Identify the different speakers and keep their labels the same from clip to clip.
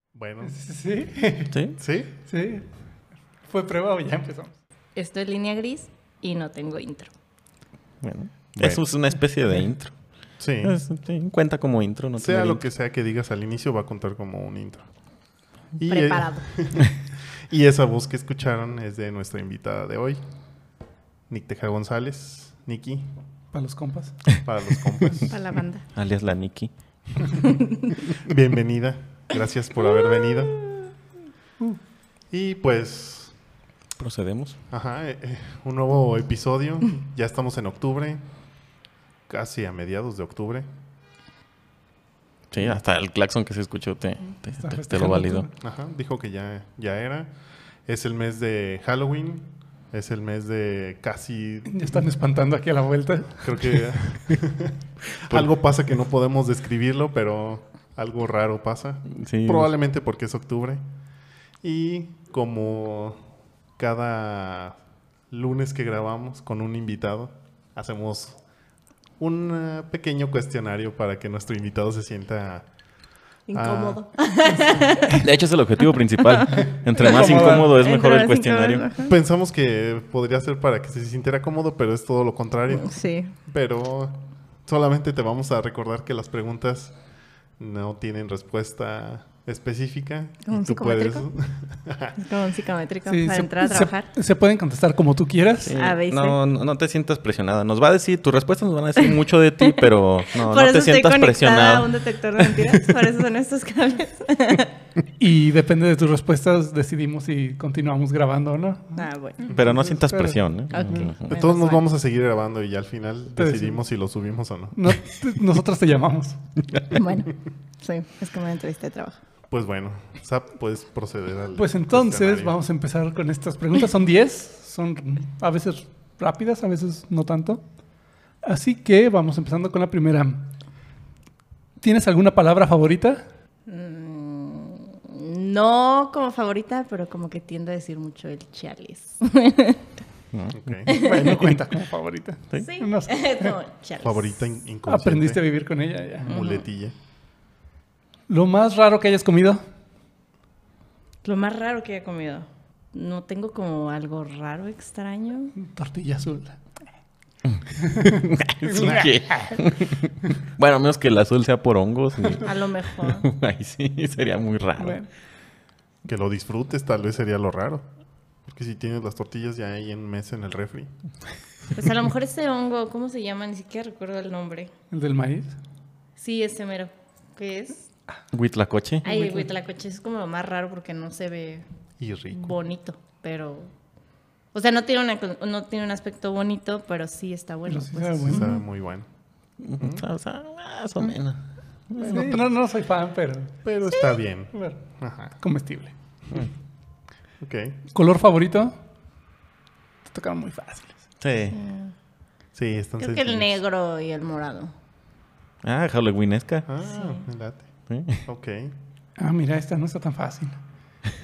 Speaker 1: Bueno.
Speaker 2: Sí,
Speaker 3: ¿Sí?
Speaker 1: ¿Sí?
Speaker 2: sí. ¿Fue prueba o ya empezamos?
Speaker 4: Esto es línea gris y no tengo intro.
Speaker 3: Bueno.
Speaker 1: Bueno.
Speaker 3: Eso es una especie de intro.
Speaker 1: Sí.
Speaker 3: Es- sí, cuenta como intro, no
Speaker 1: Sea
Speaker 3: tener
Speaker 1: lo
Speaker 3: intro.
Speaker 1: que sea que digas al inicio, va a contar como un intro.
Speaker 2: eh,
Speaker 1: Y,
Speaker 4: Preparado.
Speaker 1: y esa voz que escucharon es de nuestra invitada de hoy, Nick Teja González. Nikki,
Speaker 2: Para los compas.
Speaker 1: para los compas.
Speaker 4: Para la banda.
Speaker 3: Alias la Nikki.
Speaker 1: Bienvenida. Gracias por haber venido.
Speaker 3: Uh.
Speaker 1: Y pues,
Speaker 3: Procedemos.
Speaker 1: ajá, eh, eh, un nuevo episodio. Ya estamos en octubre, casi a mediados de octubre.
Speaker 3: Sí, hasta el claxon que se escuchó te, te,
Speaker 2: Está
Speaker 3: te- te
Speaker 2: festejando
Speaker 3: lo validó.
Speaker 2: octubre.
Speaker 1: Ajá, dijo que ya, ya era. Es el mes de Halloween. Es el mes de casi.
Speaker 2: Ya están espantando aquí a la vuelta.
Speaker 1: Creo que. algo pasa que no podemos describirlo, pero algo raro pasa.
Speaker 3: Sí,
Speaker 1: Probablemente porque es octubre. Y como cada lunes que grabamos con un invitado, hacemos un eh, pequeño cuestionario para que nuestro invitado se sienta.
Speaker 2: Ah,
Speaker 4: Incómodo.
Speaker 3: De hecho, es el objetivo principal. Entre más
Speaker 2: Incómodo.
Speaker 3: incómodo pues es
Speaker 4: Entra
Speaker 3: mejor el
Speaker 4: sin
Speaker 3: cuestionario.
Speaker 4: incómodo, ajá.
Speaker 1: Pensamos que podría ser para que se sintiera cómodo, pero es todo lo contrario.
Speaker 4: Sí.
Speaker 1: Pero solamente te vamos a recordar que las preguntas no tienen respuesta específica.
Speaker 4: ¿Como un psicométrico? Es como un psicométrico para entrar a trabajar.
Speaker 2: Se, pueden contestar como tú quieras.
Speaker 3: Sí,
Speaker 4: A veces.
Speaker 3: no, no, no te sientas presionada. Nos va a decir, tus respuestas nos van a decir mucho de ti, pero no,
Speaker 4: Por
Speaker 3: no
Speaker 4: eso
Speaker 3: te
Speaker 4: estoy
Speaker 3: sientas
Speaker 4: conectada a
Speaker 3: presionada.
Speaker 4: un detector de mentiras. Por eso son estos cables.
Speaker 2: Y depende de tus respuestas, decidimos si continuamos grabando o no.
Speaker 4: Ah, bueno.
Speaker 3: Pero no sientas
Speaker 2: Espera.
Speaker 3: presión. ¿eh?
Speaker 4: Ok.
Speaker 1: De todos nos
Speaker 4: Menos mal.
Speaker 1: vamos a seguir grabando y ya al final
Speaker 2: Pero sí.
Speaker 1: decidimos si lo subimos o no.
Speaker 2: No, t- nosotros te llamamos.
Speaker 4: Bueno. Sí, es como una entrevista de trabajo.
Speaker 1: Pues bueno, Zap, puedes proceder al.
Speaker 2: Pues entonces
Speaker 1: cuestionario.
Speaker 2: vamos a empezar con estas preguntas. Son 10, son a veces rápidas, a veces no tanto. Así que vamos empezando con la primera. ¿Tienes alguna palabra favorita?
Speaker 4: No como favorita, pero como que tiendo a decir mucho el chales.
Speaker 1: Ok.
Speaker 2: Bueno, cuenta como favorita.
Speaker 3: ¿Sí?
Speaker 2: No sé.
Speaker 4: como chales.
Speaker 1: Favorita in- inconsciente.
Speaker 2: Aprendiste a vivir con ella ya.
Speaker 1: Muletilla.
Speaker 2: Lo más raro que hayas comido.
Speaker 4: Lo más raro que haya comido. No tengo como algo raro extraño.
Speaker 2: Tortilla azul.
Speaker 3: Sí, que- bueno, a menos que el azul sea por hongos. y-
Speaker 4: A lo mejor.
Speaker 3: Ahí sí, sería muy raro.
Speaker 2: Bueno,
Speaker 1: Que lo disfrutes, tal vez sería lo raro. Porque si tienes las tortillas ya hay en mes en el refri.
Speaker 4: Pues a lo mejor ese hongo, ¿cómo se llama? Ni siquiera recuerdo el nombre.
Speaker 2: el del maíz.
Speaker 4: Sí, ese mero. ¿Qué es?
Speaker 3: Huitlacoche.
Speaker 4: Ay, güey, la coche es como lo más raro porque no se ve
Speaker 1: Y rico.
Speaker 4: bonito, pero... O sea, no tiene, una, no tiene un aspecto bonito, pero sí está bueno.
Speaker 2: Pero sí
Speaker 4: pues.
Speaker 2: sabe
Speaker 1: Sí
Speaker 2: bueno.
Speaker 1: Sabe muy bueno.
Speaker 3: O sea, más o menos.
Speaker 2: Sí, no, no soy fan, pero
Speaker 1: Pero está bien.
Speaker 2: bueno,
Speaker 1: Ajá.
Speaker 2: comestible.
Speaker 1: Ok.
Speaker 2: ¿Color favorito? Te tocaron muy fáciles.
Speaker 3: Sí.
Speaker 1: Sí, están
Speaker 4: Creo que el
Speaker 1: sencillos.
Speaker 4: negro y el morado.
Speaker 3: Ah, halloweenesca.
Speaker 1: Ah, me late.
Speaker 3: Sí.
Speaker 1: Ok.
Speaker 2: Ah, mira, esta no está tan fácil.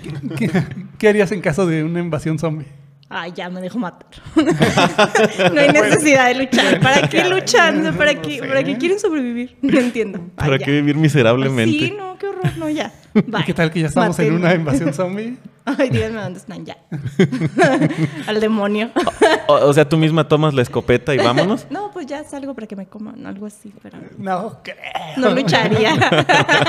Speaker 2: ¿Qué, qué harías en caso de una invasión zombie?
Speaker 4: Ay, Ah, ya me dejo matar. no hay necesidad de luchar. ¿Para qué luchan? ¿Para qué,
Speaker 1: sé.
Speaker 4: ¿Para qué quieren sobrevivir? No entiendo. Ay,
Speaker 3: ¿Para
Speaker 4: ya.
Speaker 3: qué vivir
Speaker 4: Sí,
Speaker 3: miserablemente?
Speaker 4: no, qué horror, no, ya.
Speaker 2: ¿Y
Speaker 4: Bye.
Speaker 2: qué tal que ya estamos en
Speaker 4: Mátenme.
Speaker 2: una invasión zombie?
Speaker 4: Ay, díganme dónde están ya. Al demonio.
Speaker 2: Ah,
Speaker 3: O, o sea, tú misma tomas la escopeta y vámonos.
Speaker 4: No, pues ya salgo para que me coman, algo así, pero
Speaker 2: No creo.
Speaker 4: no lucharía.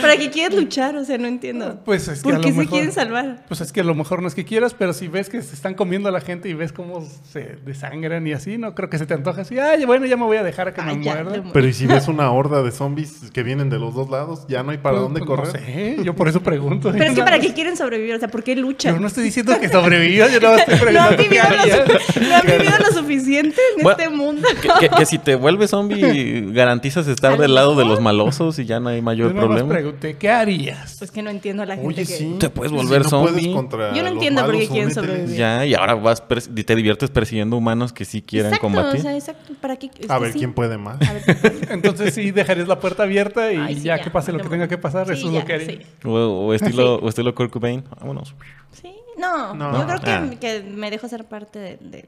Speaker 4: ¿Para qué quieres luchar? O sea, no entiendo.
Speaker 2: Pues es que a
Speaker 4: ¿Por
Speaker 2: lo
Speaker 4: qué se
Speaker 2: mejor-
Speaker 4: quieren salvar?
Speaker 2: Pues es que a lo mejor no es que quieras, pero si ves que se están comiendo a la gente y ves cómo se desangran y así, no creo que se te antoje así. Ay, bueno, ya me voy a dejar a que
Speaker 4: Ay,
Speaker 2: me
Speaker 4: ya,
Speaker 2: muerdan.
Speaker 4: demonio.
Speaker 1: Pero ¿y si ves una horda de zombies que vienen de los dos lados? Ya no hay para
Speaker 2: Pues,
Speaker 1: dónde
Speaker 2: pues,
Speaker 1: correr.
Speaker 2: No sé, yo por eso pregunto.
Speaker 4: Pero es que
Speaker 2: Yo
Speaker 4: ¿para
Speaker 2: no-
Speaker 4: qué quieren sobrevivir? O sea, ¿por qué luchan?
Speaker 2: Yo no estoy diciendo que sobrevivió, yo no estoy
Speaker 4: No han
Speaker 2: preguntando.
Speaker 4: vivido
Speaker 2: qué
Speaker 4: lo,
Speaker 2: harías.
Speaker 4: su- no han vivido lo suficiente en
Speaker 3: Bueno,
Speaker 4: este mundo.
Speaker 3: Que, que- que si te vuelves zombie, garantizas estar del lado de los malosos y ya no hay
Speaker 2: Yo
Speaker 3: mayor
Speaker 2: nada más
Speaker 3: problema.
Speaker 2: pregunté, ¿qué harías?
Speaker 4: Pues que no entiendo a la gente
Speaker 1: Oye,
Speaker 4: que...
Speaker 1: sí.
Speaker 3: Te puedes
Speaker 1: Si
Speaker 3: volver
Speaker 1: no
Speaker 3: zombie.
Speaker 1: puedes contra
Speaker 4: Yo no
Speaker 1: los
Speaker 4: entiendo por
Speaker 1: malos,
Speaker 4: qué quieren
Speaker 1: úneteles.
Speaker 4: sobrevivir.
Speaker 3: Ya, y ahora vas pers- y te diviertes persiguiendo humanos que sí quieran
Speaker 4: exacto,
Speaker 3: combatir.
Speaker 4: o sea, exacto. ¿Para qué? es
Speaker 1: A
Speaker 4: que
Speaker 1: ver
Speaker 4: sí.
Speaker 1: quién puede más.
Speaker 4: A ver quién puede.
Speaker 2: Entonces sí, dejarías la puerta abierta y
Speaker 4: Ay, sí,
Speaker 2: ya, que pase lo que
Speaker 4: vale,
Speaker 2: tenga que pasar,
Speaker 4: sí,
Speaker 2: eso es
Speaker 4: ya,
Speaker 2: lo que haría.
Speaker 4: sí.
Speaker 3: o, o estilo, o estilo Kurt Cobain. Vámonos.
Speaker 4: Sí, no,
Speaker 1: No.
Speaker 4: yo creo que,
Speaker 3: Ah.
Speaker 4: que me dejo ser parte de- del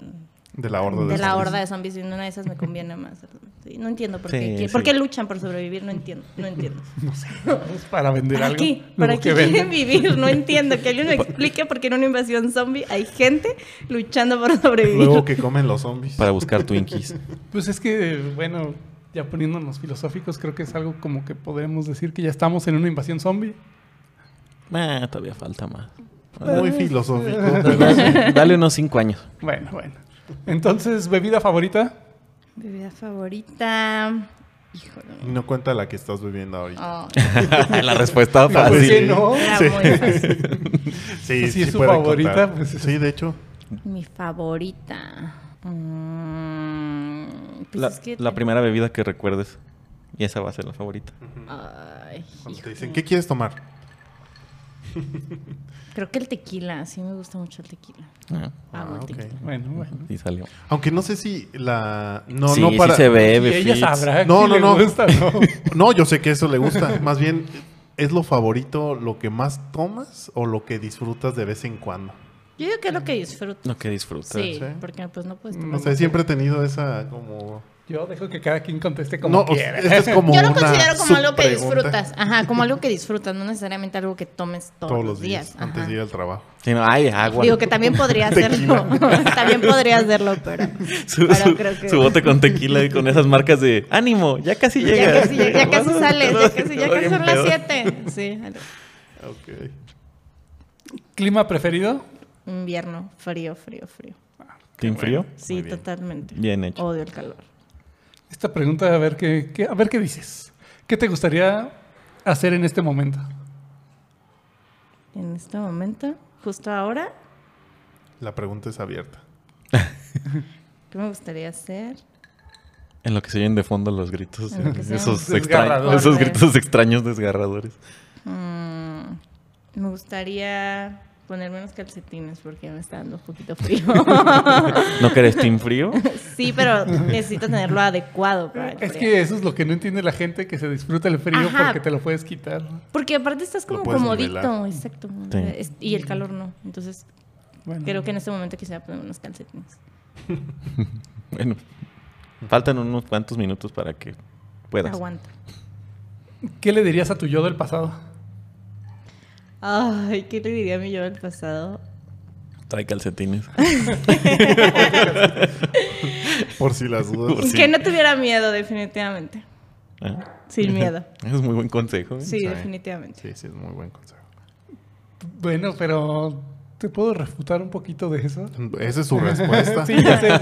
Speaker 1: De la horda de,
Speaker 4: de la
Speaker 1: zombies.
Speaker 4: horda de zombies y en una de esas me conviene más. Sí, no entiendo por qué.
Speaker 3: Sí,
Speaker 4: quieren-
Speaker 3: sí.
Speaker 4: ¿Por qué luchan por sobrevivir? No entiendo. No entiendo.
Speaker 2: Es para vender
Speaker 4: ¿Para
Speaker 2: algo.
Speaker 4: qué?
Speaker 2: luego
Speaker 4: ¿Para qué
Speaker 2: que venden.
Speaker 4: quieren vivir? No entiendo. Que alguien me explique por qué en una invasión zombie hay gente luchando por sobrevivir.
Speaker 1: Luego que comen los zombies.
Speaker 3: Para buscar Twinkies.
Speaker 2: Pues es que, bueno, ya poniéndonos filosóficos, creo que es algo como que podemos decir que ya estamos en una invasión zombie.
Speaker 3: Ah, todavía falta más.
Speaker 1: Muy filosófico. pero sí.
Speaker 3: Dale, dale unos cinco años.
Speaker 2: Bueno, bueno. Entonces, bebida favorita.
Speaker 4: Bebida favorita. Híjole.
Speaker 1: No cuenta la que estás viviendo ahorita.
Speaker 4: Oh,
Speaker 3: La respuesta
Speaker 2: ¿Por
Speaker 1: pues
Speaker 3: fácil.
Speaker 2: qué no?
Speaker 4: era
Speaker 1: Sí.
Speaker 4: muy fácil.
Speaker 1: Sí,
Speaker 2: si es su
Speaker 1: puede
Speaker 2: favorita,
Speaker 1: contar.
Speaker 2: pues-
Speaker 1: Sí, de hecho.
Speaker 4: Mi favorita. Mm, pues
Speaker 3: la,
Speaker 4: es que
Speaker 3: la
Speaker 4: te-
Speaker 3: primera bebida que recuerdes. Y esa va a ser la favorita.
Speaker 4: Ay,
Speaker 1: Cuando te
Speaker 4: híjole.
Speaker 1: dicen, ¿qué quieres tomar?
Speaker 4: Creo que el tequila. Sí, me gusta mucho el tequila.
Speaker 3: Ah,
Speaker 4: Amo
Speaker 1: Ah,
Speaker 4: el
Speaker 1: ok.
Speaker 4: tequila.
Speaker 2: Bueno, bueno.
Speaker 3: y salió.
Speaker 1: Aunque no sé si la. No,
Speaker 3: sí,
Speaker 1: no
Speaker 3: sí
Speaker 1: para.
Speaker 3: se bebe.
Speaker 2: Y ella
Speaker 3: Fitz.
Speaker 2: sabrá
Speaker 1: No,
Speaker 2: si
Speaker 1: no,
Speaker 2: le
Speaker 1: no.
Speaker 2: gusta, ¿no?
Speaker 1: No, yo sé que eso le gusta. Más bien, ¿es lo favorito lo que más tomas o lo que disfrutas de vez en cuando?
Speaker 4: Yo digo que es lo que disfruto.
Speaker 3: Lo que disfrutas.
Speaker 4: Sí,
Speaker 1: sí.
Speaker 4: porque pues no puedes
Speaker 1: No
Speaker 4: tomar.
Speaker 1: sé, siempre he tenido esa como.
Speaker 2: Yo dejo que cada quien conteste
Speaker 1: no,
Speaker 2: como
Speaker 1: o-
Speaker 2: quiera.
Speaker 1: esta es como
Speaker 4: Yo lo
Speaker 1: una
Speaker 4: considero como algo que
Speaker 1: subpregunta
Speaker 4: disfrutas. Ajá, como algo que disfrutas, no necesariamente algo que tomes todos,
Speaker 1: Todos los días, antes
Speaker 4: Ajá.
Speaker 1: de ir al trabajo.
Speaker 3: Sí, no, ay, agua.
Speaker 4: Digo que también podría hacerlo. también podría hacerlo, pero.
Speaker 3: su,
Speaker 4: pero
Speaker 3: su-
Speaker 4: creo que-
Speaker 3: su bote con tequila y con esas marcas de ánimo, ya casi
Speaker 4: Ya
Speaker 3: llega.
Speaker 4: casi, ya, ya casi sales, ya casi, ya
Speaker 3: Estoy
Speaker 4: casi
Speaker 3: en
Speaker 4: son las
Speaker 3: pedo.
Speaker 4: 7. Sí, algo.
Speaker 1: Ok.
Speaker 2: ¿Clima preferido?
Speaker 4: invierno, frío, frío, frío.
Speaker 3: ¿Team frío?
Speaker 4: Sí, totalmente.
Speaker 3: Bien hecho.
Speaker 4: Odio el calor.
Speaker 2: Esta pregunta, a ver qué, qué- a ver qué dices. ¿Qué te gustaría hacer en este momento?
Speaker 4: En este momento, justo ahora,
Speaker 1: La pregunta es abierta.
Speaker 4: ¿qué me gustaría hacer?
Speaker 3: En lo que se oyen de fondo los gritos.
Speaker 4: En lo que se
Speaker 3: Esos,
Speaker 2: oyen.
Speaker 3: extraños,
Speaker 2: Desgarradores.
Speaker 3: esos gritos extraños desgarradores.
Speaker 4: Mm, me gustaría ponerme unos calcetines porque me está dando un poquito frío.
Speaker 3: ¿No querés team frío?
Speaker 4: sí, pero necesito tenerlo adecuado para el
Speaker 2: Es
Speaker 4: frío.
Speaker 2: que eso es lo que no entiende la gente, que se disfruta el frío
Speaker 4: Ajá.
Speaker 2: porque te lo puedes quitar.
Speaker 4: Porque aparte estás
Speaker 1: Lo
Speaker 4: como
Speaker 1: puedes
Speaker 4: comodito,
Speaker 1: nivelar.
Speaker 4: exacto.
Speaker 3: Sí.
Speaker 4: Es- Y el calor no. Entonces,
Speaker 2: Bueno.
Speaker 4: creo que en este momento quisiera ponerme unos calcetines.
Speaker 3: Bueno, faltan unos cuantos minutos para que puedas.
Speaker 4: Aguanta.
Speaker 2: ¿Qué le dirías a tu yo del pasado?
Speaker 4: Ay, ¿qué le diría a mi yo del pasado?
Speaker 3: Trae calcetines.
Speaker 1: Por si las dudas.
Speaker 4: Que no tuviera miedo, definitivamente.
Speaker 3: Ah,
Speaker 4: Sin miedo.
Speaker 3: Es muy buen consejo. ¿eh?
Speaker 4: Sí,
Speaker 1: Sí.
Speaker 4: definitivamente.
Speaker 1: Sí, sí, es muy buen consejo.
Speaker 2: Bueno, pero ¿te puedo refutar un poquito de eso?
Speaker 1: Esa es su respuesta.
Speaker 2: Sí, ya sé.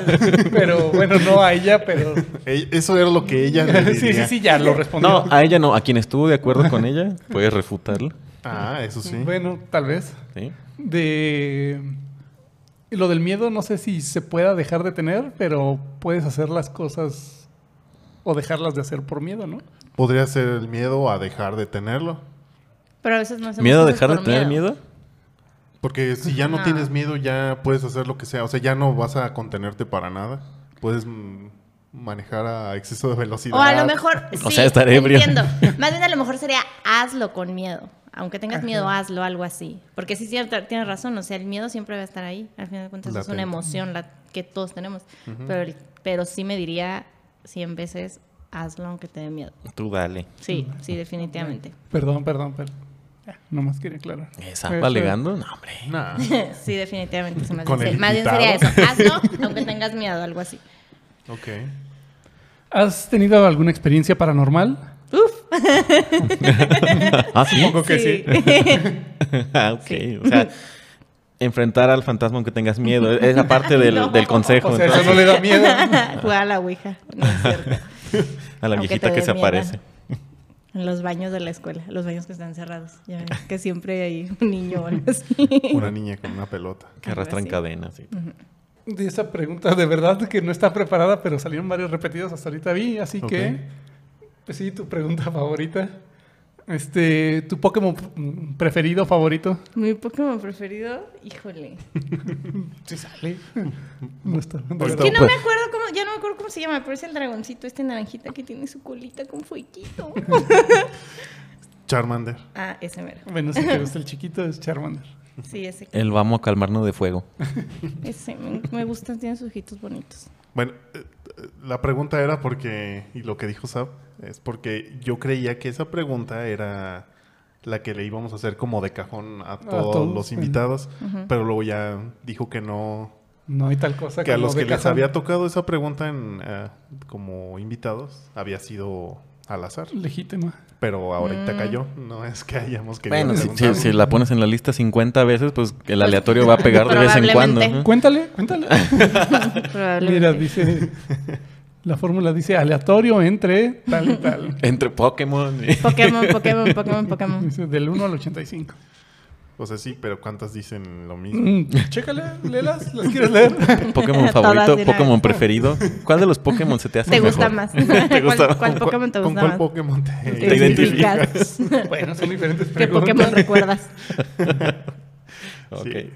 Speaker 2: pero bueno, no a ella, pero.
Speaker 1: E- Eso era lo que ella le
Speaker 2: Sí, sí,
Speaker 1: diría.
Speaker 2: sí, ya lo respondí.
Speaker 3: No, a ella no. A quien estuvo de acuerdo con ella, puedes refutarla.
Speaker 1: Ah, eso sí.
Speaker 2: Bueno, tal vez.
Speaker 3: ¿sí?
Speaker 2: De. Lo del miedo, no sé si se pueda dejar de tener, pero puedes hacer las cosas o dejarlas de hacer por miedo, ¿no?
Speaker 1: Podría ser el miedo a dejar de tenerlo.
Speaker 4: Pero a veces no hacemos
Speaker 3: ¿Miedo a
Speaker 4: cosas
Speaker 3: dejar de
Speaker 4: por
Speaker 3: tener miedo?
Speaker 1: Porque si ya no,
Speaker 4: No.
Speaker 1: tienes miedo, ya puedes hacer lo que sea. O sea, ya no vas a contenerte para nada. Puedes mm, manejar a exceso de velocidad.
Speaker 4: O a lo mejor.
Speaker 3: O
Speaker 4: sí,
Speaker 3: sea, estar ebrio.
Speaker 4: Entiendo. Más bien, a lo mejor sería hazlo con miedo. Aunque tengas miedo, hazlo, algo así. Porque sí, cierto, tienes razón. O sea, el miedo siempre va a estar ahí. Al final de cuentas, es
Speaker 1: Latente.
Speaker 4: una emoción la- que todos tenemos. pero, el- pero sí me diría 100 veces, hazlo aunque te dé miedo.
Speaker 3: Tú dale.
Speaker 4: Sí, sí, definitivamente.
Speaker 2: Perdón, perdón, perdón. Ya, nomás quería aclarar. Este,
Speaker 3: ¿Esa
Speaker 2: Eso.
Speaker 3: Eh, alegando? No, hombre.
Speaker 1: Nah.
Speaker 4: Sí, definitivamente. se me hace
Speaker 1: Con el
Speaker 4: ser- Más bien
Speaker 1: invitado.
Speaker 4: sería eso. Hazlo aunque tengas miedo, algo así.
Speaker 1: Ok.
Speaker 2: ¿Has tenido alguna experiencia paranormal?
Speaker 4: Uf,
Speaker 3: Ah, sí.
Speaker 2: que sí.
Speaker 3: Ah, ok. O sea, enfrentar al fantasma aunque tengas miedo. Es la parte del,
Speaker 4: No.
Speaker 3: del consejo.
Speaker 2: O sea, eso
Speaker 3: entonces,
Speaker 2: no le da miedo.
Speaker 4: Jugar a la Ouija. No es cierto.
Speaker 3: a la
Speaker 4: Aunque
Speaker 3: viejita
Speaker 4: te
Speaker 3: que
Speaker 4: dé
Speaker 3: se
Speaker 4: miedo.
Speaker 3: aparece.
Speaker 4: En los baños de la escuela, los baños que están cerrados. Ya ves que siempre hay un niño o algo así.
Speaker 1: Una niña con una pelota.
Speaker 3: Que arrastran
Speaker 4: Algo así.
Speaker 3: cadenas. sí.
Speaker 2: De esa pregunta, de verdad que no está preparada, pero salieron varios repetidos hasta ahorita vi, así
Speaker 1: Ok.
Speaker 2: que. Pues sí, tu pregunta favorita. Este, tu Pokémon mm, preferido, favorito.
Speaker 4: Mi Pokémon preferido, híjole.
Speaker 2: Sí sale.
Speaker 1: Mm,
Speaker 2: No está. de
Speaker 1: Ahorita-
Speaker 2: verdad.
Speaker 4: Que no
Speaker 3: pues-
Speaker 4: me acuerdo cómo, ya no me acuerdo cómo se llama, pero es el dragoncito, este naranjita que tiene su colita con fueguito.
Speaker 1: Charmander.
Speaker 4: Ah, ese mero.
Speaker 2: Bueno, si te gusta el chiquito, es Charmander.
Speaker 4: Sí, ese.
Speaker 3: El vamos a calmarnos de fuego.
Speaker 4: ese me, me gustan, tienen sus ojitos bonitos.
Speaker 1: Bueno, eh, eh, la pregunta era porque, y lo que dijo Sab, es porque yo creía que esa pregunta era la que le íbamos a hacer como de cajón a todos,
Speaker 2: todos,
Speaker 1: los
Speaker 2: sí.
Speaker 1: invitados,
Speaker 4: Ujú.
Speaker 1: pero luego ya dijo que no,
Speaker 2: No hay tal cosa
Speaker 1: que a
Speaker 2: como
Speaker 1: los que
Speaker 2: becas
Speaker 1: les había tocado esa pregunta en, eh, como invitados había sido al azar,
Speaker 2: legítima.
Speaker 1: pero ahorita
Speaker 4: Mm.
Speaker 1: cayó, no es que hayamos querido
Speaker 3: Bueno, si,
Speaker 1: preguntar.
Speaker 3: si- si la pones en la lista 50 veces, pues el aleatorio va a pegar de vez en cuando.
Speaker 1: ¿Eh?
Speaker 4: Probablemente.
Speaker 3: ¿no?
Speaker 2: Cuéntale, cuéntale.
Speaker 4: Probablemente.
Speaker 2: Mira, dice. La fórmula dice aleatorio entre tal y tal.
Speaker 3: Entre Pokémon. y-
Speaker 4: Pokémon, Pokémon, Pokémon, Pokémon.
Speaker 2: Dice del 1 al 85.
Speaker 1: O sea, sí, pero ¿cuántas dicen lo mismo?
Speaker 2: Mm, chécale, léelas, las quieres leer.
Speaker 3: Pokémon
Speaker 4: Todas
Speaker 3: favorito,
Speaker 4: dirán.
Speaker 3: Pokémon preferido. ¿cuál de los Pokémon se te hace
Speaker 4: ¿Te
Speaker 3: mejor?
Speaker 4: gusta más?
Speaker 3: ¿Te gusta
Speaker 4: ¿Cuál, cuál
Speaker 3: más?
Speaker 4: Pokémon te
Speaker 1: ¿Con
Speaker 4: gusta
Speaker 1: cuál
Speaker 4: más?
Speaker 1: Pokémon te,
Speaker 3: Te identificas?
Speaker 2: Bueno, son diferentes
Speaker 4: ¿Qué
Speaker 2: preguntas.
Speaker 4: Pokémon recuerdas?
Speaker 3: Ok.
Speaker 1: Sí.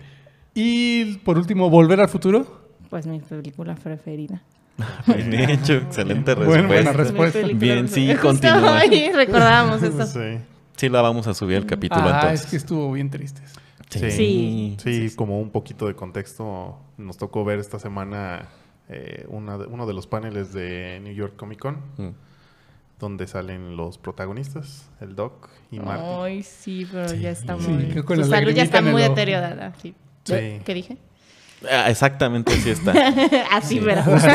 Speaker 2: Y por último, volver al futuro.
Speaker 4: Pues mi película preferida.
Speaker 3: Ah, pues, Bien hecho, excelente
Speaker 2: Bueno, buena
Speaker 3: respuesta.
Speaker 2: respuesta.
Speaker 4: Mi película
Speaker 3: Bien, sí,
Speaker 4: preferida. Justo
Speaker 3: continúa.
Speaker 4: hoy recordábamos
Speaker 1: Sí.
Speaker 4: eso.
Speaker 1: Sí.
Speaker 3: Sí, la vamos a subir al capítulo
Speaker 2: ah, es
Speaker 3: entonces.
Speaker 2: que estuvo bien tristes.
Speaker 1: Sí.
Speaker 4: Sí.
Speaker 1: Sí, como un poquito de contexto, nos tocó ver esta semana eh, una de- uno de los paneles de New York Comic Con,
Speaker 3: Mm.
Speaker 1: donde salen los protagonistas, el Doc y Marty.
Speaker 4: Ay, sí, pero ya está
Speaker 3: Sí,
Speaker 4: muy...
Speaker 2: creo que
Speaker 4: Su
Speaker 2: la
Speaker 4: salud ya
Speaker 2: lagrimita
Speaker 4: está
Speaker 2: en el
Speaker 4: muy
Speaker 2: ojo.
Speaker 4: deteriorada. sí.
Speaker 1: Sí.
Speaker 4: ¿Qué dije?
Speaker 3: Ah, exactamente así está.
Speaker 4: Así, ¿verdad?
Speaker 1: Justo,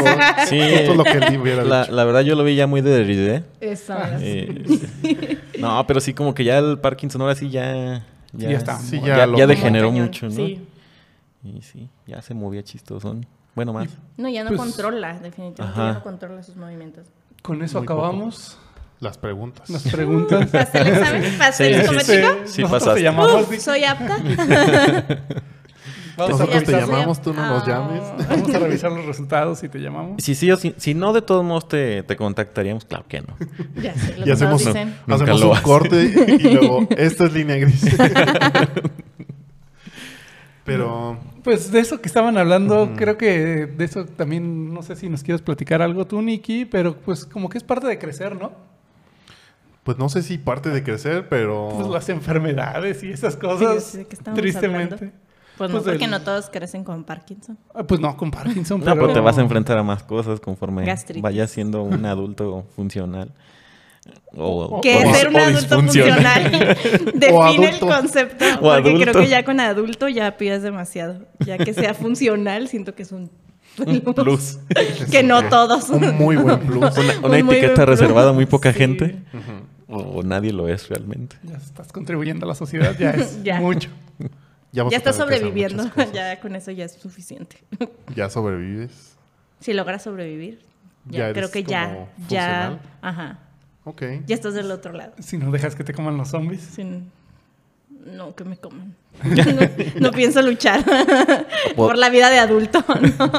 Speaker 3: Sí.
Speaker 1: justo lo que él hubiera
Speaker 3: La,
Speaker 1: dicho.
Speaker 3: la verdad yo lo vi ya muy de derride.
Speaker 1: Ah,
Speaker 4: Eso,
Speaker 3: Eh, no, pero sí como que ya el Parkinson ahora sí ya...
Speaker 2: Ya está.
Speaker 1: Sí,
Speaker 2: Como
Speaker 1: ya,
Speaker 3: ya-
Speaker 1: lo-
Speaker 3: ya
Speaker 1: como-
Speaker 3: degeneró. mucho, ¿no?
Speaker 4: Sí.
Speaker 3: Y sí, ya se movía chistosón. Bueno, más.
Speaker 4: No, ya no
Speaker 2: Pues-
Speaker 4: controla, definitivamente.
Speaker 3: Ajá.
Speaker 4: Ya no controla sus movimientos.
Speaker 2: Con eso
Speaker 1: Muy
Speaker 2: acabamos
Speaker 1: Las preguntas.
Speaker 2: las preguntas.
Speaker 4: ¿Pasé el examen? ¿Pasé el
Speaker 2: este,
Speaker 3: Sí,
Speaker 4: examen,
Speaker 3: sí,
Speaker 4: chico?
Speaker 3: Sí,
Speaker 2: Nosotros
Speaker 3: pasaste.
Speaker 2: te llamamos.
Speaker 4: Uf,
Speaker 2: Vic.
Speaker 4: ¿Soy apta?
Speaker 2: Vamos a
Speaker 1: Nosotros te
Speaker 2: revisar-
Speaker 1: llamamos, tú no nos
Speaker 4: Ah.
Speaker 1: llames.
Speaker 2: Vamos a revisar los resultados y te llamamos.
Speaker 3: Si sí o si, si no, de todos modos te, te contactaríamos. Claro que no.
Speaker 4: Ya sé, lo
Speaker 1: Y
Speaker 4: que todos
Speaker 1: hacemos,
Speaker 4: dicen.
Speaker 3: Nunca
Speaker 1: hacemos
Speaker 3: lo
Speaker 1: un
Speaker 3: hace.
Speaker 1: corte y luego, esta es línea gris. Pero
Speaker 2: Pues de eso que estaban hablando, creo que de eso también, no sé si nos quieres platicar algo tú, Nikki, pero pues como que es parte de crecer, ¿no?
Speaker 1: Pues no sé si parte de crecer, pero.
Speaker 2: Pues
Speaker 3: Oh.
Speaker 2: las enfermedades y esas cosas,
Speaker 4: Sí, ¿de qué estábamos
Speaker 2: tristemente.
Speaker 4: hablando? Pues no,
Speaker 2: Pues
Speaker 4: porque
Speaker 2: el-
Speaker 4: no todos crecen con Parkinson.
Speaker 2: Ah, Pues no, con Parkinson,
Speaker 3: No,
Speaker 2: pero...
Speaker 3: pero te vas a enfrentar a más cosas conforme
Speaker 4: Gastritis.
Speaker 3: vayas siendo un adulto funcional. O,
Speaker 4: Que
Speaker 3: o dis-
Speaker 4: ser un
Speaker 3: o
Speaker 4: adulto
Speaker 3: disfuncional.
Speaker 4: funcional define el
Speaker 1: adulto.
Speaker 4: concepto.
Speaker 3: O
Speaker 4: porque creo
Speaker 3: adulto.
Speaker 4: que ya con adulto ya pides demasiado. Ya que sea funcional, siento que es un
Speaker 3: Plus.
Speaker 4: que no todos.
Speaker 1: Un muy buen plus.
Speaker 3: Una,
Speaker 4: Un muy
Speaker 3: etiqueta
Speaker 4: buen
Speaker 3: reservada a
Speaker 4: plus,
Speaker 3: muy poca
Speaker 4: sí.
Speaker 3: gente. O nadie lo es realmente.
Speaker 2: Ya estás contribuyendo a la sociedad, ya es
Speaker 4: Ya.
Speaker 2: mucho.
Speaker 1: vamos a
Speaker 4: Ya
Speaker 1: tener
Speaker 4: estás
Speaker 1: que hacer
Speaker 4: sobreviviendo.
Speaker 1: muchas cosas.
Speaker 4: Ya con eso ya es suficiente.
Speaker 1: Ya sobrevives.
Speaker 4: Si logras sobrevivir,
Speaker 1: Ya
Speaker 4: ya,
Speaker 1: eres
Speaker 4: creo que ya,
Speaker 1: como
Speaker 4: ya,
Speaker 1: funcional.
Speaker 4: ajá,
Speaker 1: Ok.
Speaker 4: ya estás del otro lado.
Speaker 2: Si no dejas que te coman los zombies.
Speaker 4: Sin- no, que me coman. No, no pienso luchar por la vida de adulto. ¿no?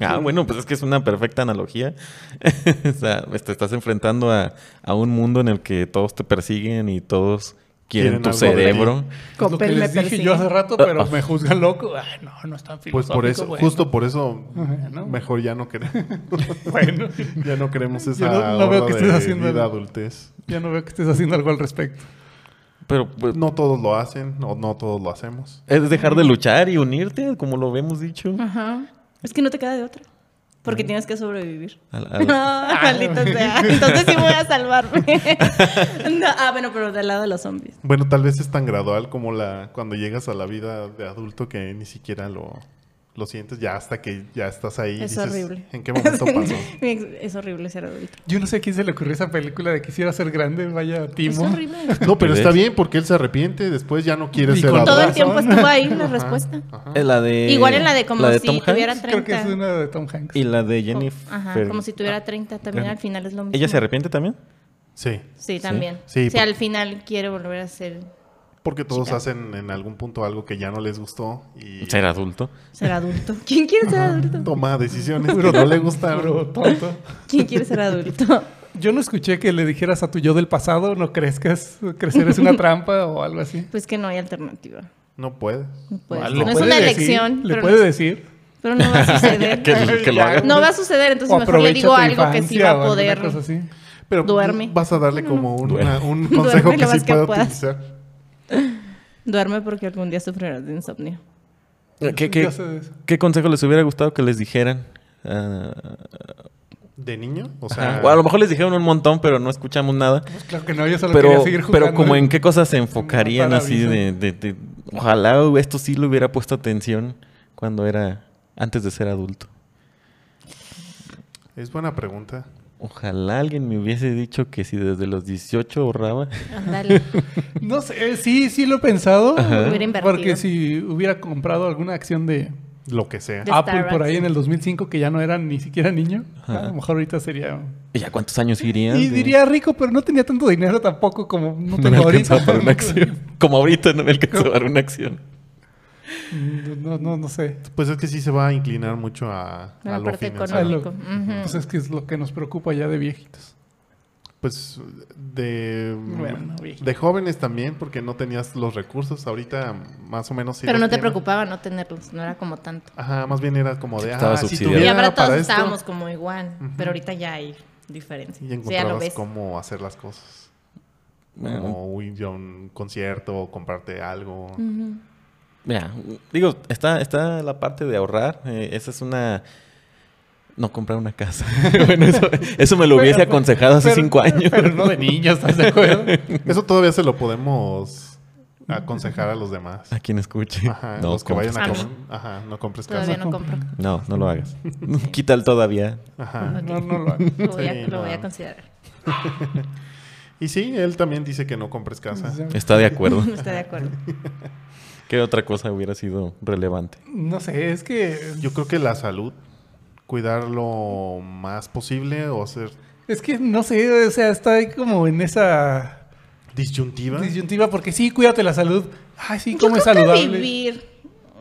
Speaker 3: Ah, bueno, pues es que es una perfecta analogía. o sea, te estás enfrentando a, a un mundo en el que todos te persiguen y todos
Speaker 1: Quieren
Speaker 3: quieren, tu
Speaker 1: algo de ti.
Speaker 3: cerebro.
Speaker 2: Es lo que
Speaker 4: Coppel me
Speaker 2: les dije
Speaker 4: persigue.
Speaker 2: yo hace rato, pero me juzgan loco. Ay, no, no es tan
Speaker 1: Pues
Speaker 2: filosófico.
Speaker 1: por eso,
Speaker 2: bueno.
Speaker 1: justo por eso,
Speaker 2: Bueno.
Speaker 1: mejor ya no queremos,
Speaker 2: Bueno,
Speaker 1: ya no queremos esa
Speaker 2: no- no veo
Speaker 1: ola
Speaker 2: que estés
Speaker 1: de
Speaker 2: haciendo
Speaker 1: vida
Speaker 2: el-
Speaker 1: adultez.
Speaker 2: ya no veo que estés haciendo algo al respecto.
Speaker 3: Pero pues,
Speaker 1: No todos lo hacen, o no todos lo hacemos.
Speaker 3: es dejar de luchar y unirte, como lo hemos dicho.
Speaker 4: Ajá. Es que no te queda de otra. Porque tienes que sobrevivir.
Speaker 3: Al- al-
Speaker 4: Ah, maldita sea. Entonces sí voy a salvarme. No, ah, bueno, pero del lado de los zombies.
Speaker 1: Bueno, tal vez es tan gradual como la cuando llegas a la vida de adulto que ni siquiera lo, lo sientes, ya hasta que ya estás ahí. y
Speaker 4: Es
Speaker 1: dices,
Speaker 4: horrible.
Speaker 1: ¿En qué momento pasó?
Speaker 4: Mi ex- es horrible ser adulto.
Speaker 2: Yo no sé a quién se le ocurrió esa película de quisiera ser grande, vaya
Speaker 4: Es
Speaker 2: Timo.
Speaker 4: horrible.
Speaker 1: No, pero
Speaker 3: ¿Ves?
Speaker 1: está bien porque él se arrepiente, después ya no quiere
Speaker 2: Y
Speaker 1: ser
Speaker 2: con
Speaker 1: adulto.
Speaker 4: Todo el
Speaker 2: Razón.
Speaker 4: tiempo estuvo ahí la respuesta.
Speaker 3: Eh, la de,
Speaker 4: Igual en la de como
Speaker 3: la de
Speaker 4: si
Speaker 3: Tom Hanks
Speaker 4: tuviera
Speaker 2: Creo que es
Speaker 4: 30.
Speaker 2: una de Tom Hanks.
Speaker 3: y la de
Speaker 4: Como-
Speaker 3: Jennifer.
Speaker 4: Ajá, como si tuviera 30 también
Speaker 3: Ajá.
Speaker 4: al final es lo mismo.
Speaker 3: ¿Ella se arrepiente también?
Speaker 1: Sí.
Speaker 4: Sí, también.
Speaker 1: Sí,
Speaker 4: si
Speaker 1: por-
Speaker 4: al final quiere volver a ser,
Speaker 1: Porque todos
Speaker 4: Chica.
Speaker 1: hacen en algún punto algo que ya no les gustó y
Speaker 3: Ser adulto.
Speaker 4: ser adulto. ¿Quién quiere ser adulto?
Speaker 1: toma decisiones que no le gustaron.
Speaker 2: Pero tonto.
Speaker 4: ¿Quién quiere ser adulto?
Speaker 2: Yo no escuché que le dijeras a tu yo del pasado, no crezcas, crecer es una trampa o algo así.
Speaker 4: Pues que no hay alternativa.
Speaker 1: No puede.
Speaker 4: No, puede
Speaker 2: Ah,
Speaker 4: ser.
Speaker 2: le
Speaker 4: No es
Speaker 2: puede
Speaker 4: una
Speaker 2: decir,
Speaker 4: elección,
Speaker 2: Le
Speaker 4: pero,
Speaker 2: puede
Speaker 4: no,
Speaker 2: decir.
Speaker 4: pero no va a suceder.
Speaker 3: Que, que lo haga.
Speaker 4: No va a suceder, entonces
Speaker 2: O
Speaker 4: mejor le digo
Speaker 2: aprovecha tu
Speaker 4: algo que sí
Speaker 2: infancia
Speaker 4: va
Speaker 2: o
Speaker 4: a
Speaker 2: alguna
Speaker 4: poder.
Speaker 2: cosa así.
Speaker 1: Pero
Speaker 4: Duerme.
Speaker 1: vas a darle
Speaker 4: No,
Speaker 1: como un,
Speaker 3: Duerme.
Speaker 1: una- un consejo
Speaker 4: Duerme
Speaker 1: que
Speaker 4: lo
Speaker 1: sí
Speaker 4: más que
Speaker 1: pueda
Speaker 4: puedas.
Speaker 1: utilizar.
Speaker 4: Duerme porque algún día sufrirás de insomnio.
Speaker 3: ¿Qué, qué,
Speaker 2: Ya sé de eso.
Speaker 3: qué consejo les hubiera gustado que les dijeran? Ah,
Speaker 1: ¿De niño? O sea,
Speaker 3: ajá. O a lo mejor les dijeron un montón, pero no escuchamos nada.
Speaker 2: Pues claro que no, yo solo quería
Speaker 3: Pero,
Speaker 2: seguir jugando. ¿eh?
Speaker 3: pero como en qué cosas se enfocarían
Speaker 2: Matar a
Speaker 3: así de,
Speaker 2: Bison.
Speaker 3: de- de- Ojalá esto sí le hubiera puesto atención cuando era... Antes de ser adulto.
Speaker 1: es buena pregunta.
Speaker 3: Ojalá alguien me hubiese dicho que si desde los 18 ahorraba...
Speaker 4: Ándale.
Speaker 2: No sé, sí, sí lo he pensado.
Speaker 3: Ajá.
Speaker 4: Hubiera invertido.
Speaker 2: Porque si hubiera comprado alguna acción de
Speaker 1: Lo que sea.
Speaker 4: De
Speaker 2: Apple
Speaker 4: Starbucks.
Speaker 2: por ahí en el 2005 que ya no era ni siquiera niño,
Speaker 3: Ajá.
Speaker 2: a lo mejor ahorita sería...
Speaker 3: ¿Y ya cuántos años irían?
Speaker 2: Y
Speaker 3: De-
Speaker 2: diría rico, pero no tenía tanto dinero tampoco como no
Speaker 3: No me
Speaker 2: tengo ahorita.
Speaker 3: alcanzaba para una acción. Como ahorita no me alcanzaba para una acción.
Speaker 2: No, no, no sé.
Speaker 1: Pues es que sí se va a inclinar mucho a,
Speaker 4: A la
Speaker 1: a lo
Speaker 4: parte
Speaker 1: financiero.
Speaker 4: económica.
Speaker 2: Pues es que es lo que nos preocupa ya de viejitos.
Speaker 1: Pues de,
Speaker 2: Bueno, vi.
Speaker 1: de jóvenes también, porque no tenías los recursos. Ahorita más o menos sí
Speaker 4: Pero
Speaker 1: los
Speaker 4: no te
Speaker 1: tienes.
Speaker 4: preocupaba no tenerlos, no era como tanto.
Speaker 1: Ajá, más bien era como de,
Speaker 3: Estaba
Speaker 1: ah, si
Speaker 3: subsidiado.
Speaker 4: Y
Speaker 1: tuviera
Speaker 4: ahora todos
Speaker 1: para esto,
Speaker 4: estábamos como igual, pero ahorita ya hay diferencia.
Speaker 1: Y
Speaker 4: O sea, ya
Speaker 1: encontrabas
Speaker 4: lo ves.
Speaker 1: cómo hacer las cosas.
Speaker 3: Bueno,
Speaker 1: Como ir a un concierto o comprarte algo.
Speaker 4: Ujú.
Speaker 3: mira, digo, está, está la parte de ahorrar. eh, esa es una... No comprar una casa. bueno, eso, eso me lo hubiese
Speaker 2: Pero-
Speaker 3: aconsejado hace
Speaker 2: pero-
Speaker 3: cinco años.
Speaker 2: Pero no de niño, ¿estás de acuerdo?
Speaker 1: Eso todavía se lo podemos aconsejar a los demás.
Speaker 3: A quien escuche.
Speaker 1: Ajá,
Speaker 3: no,
Speaker 1: los que vayan a
Speaker 4: compras.
Speaker 1: comer. Ajá, no compres
Speaker 4: Todavía
Speaker 1: casa.
Speaker 4: no compro.
Speaker 3: compras. No, no lo hagas. Quita el todavía.
Speaker 1: Ajá.
Speaker 2: No, no lo hago.
Speaker 4: Lo voy a,
Speaker 1: Ah. Sí,
Speaker 4: lo voy a
Speaker 1: no.
Speaker 4: considerar.
Speaker 1: Y sí, él también dice que no compres casa.
Speaker 3: Está de acuerdo.
Speaker 4: No estoy de acuerdo.
Speaker 3: ¿Qué otra cosa hubiera sido relevante?
Speaker 2: No sé, es que...
Speaker 1: Yo creo que la salud, cuidar lo más posible o ser
Speaker 2: Es que no sé, o sea, está ahí como en esa
Speaker 1: disyuntiva.
Speaker 2: disyuntiva porque sí, cuídate la salud. Ay, sí,
Speaker 4: Yo
Speaker 2: como es
Speaker 4: creo que
Speaker 2: saludable.
Speaker 4: vivir.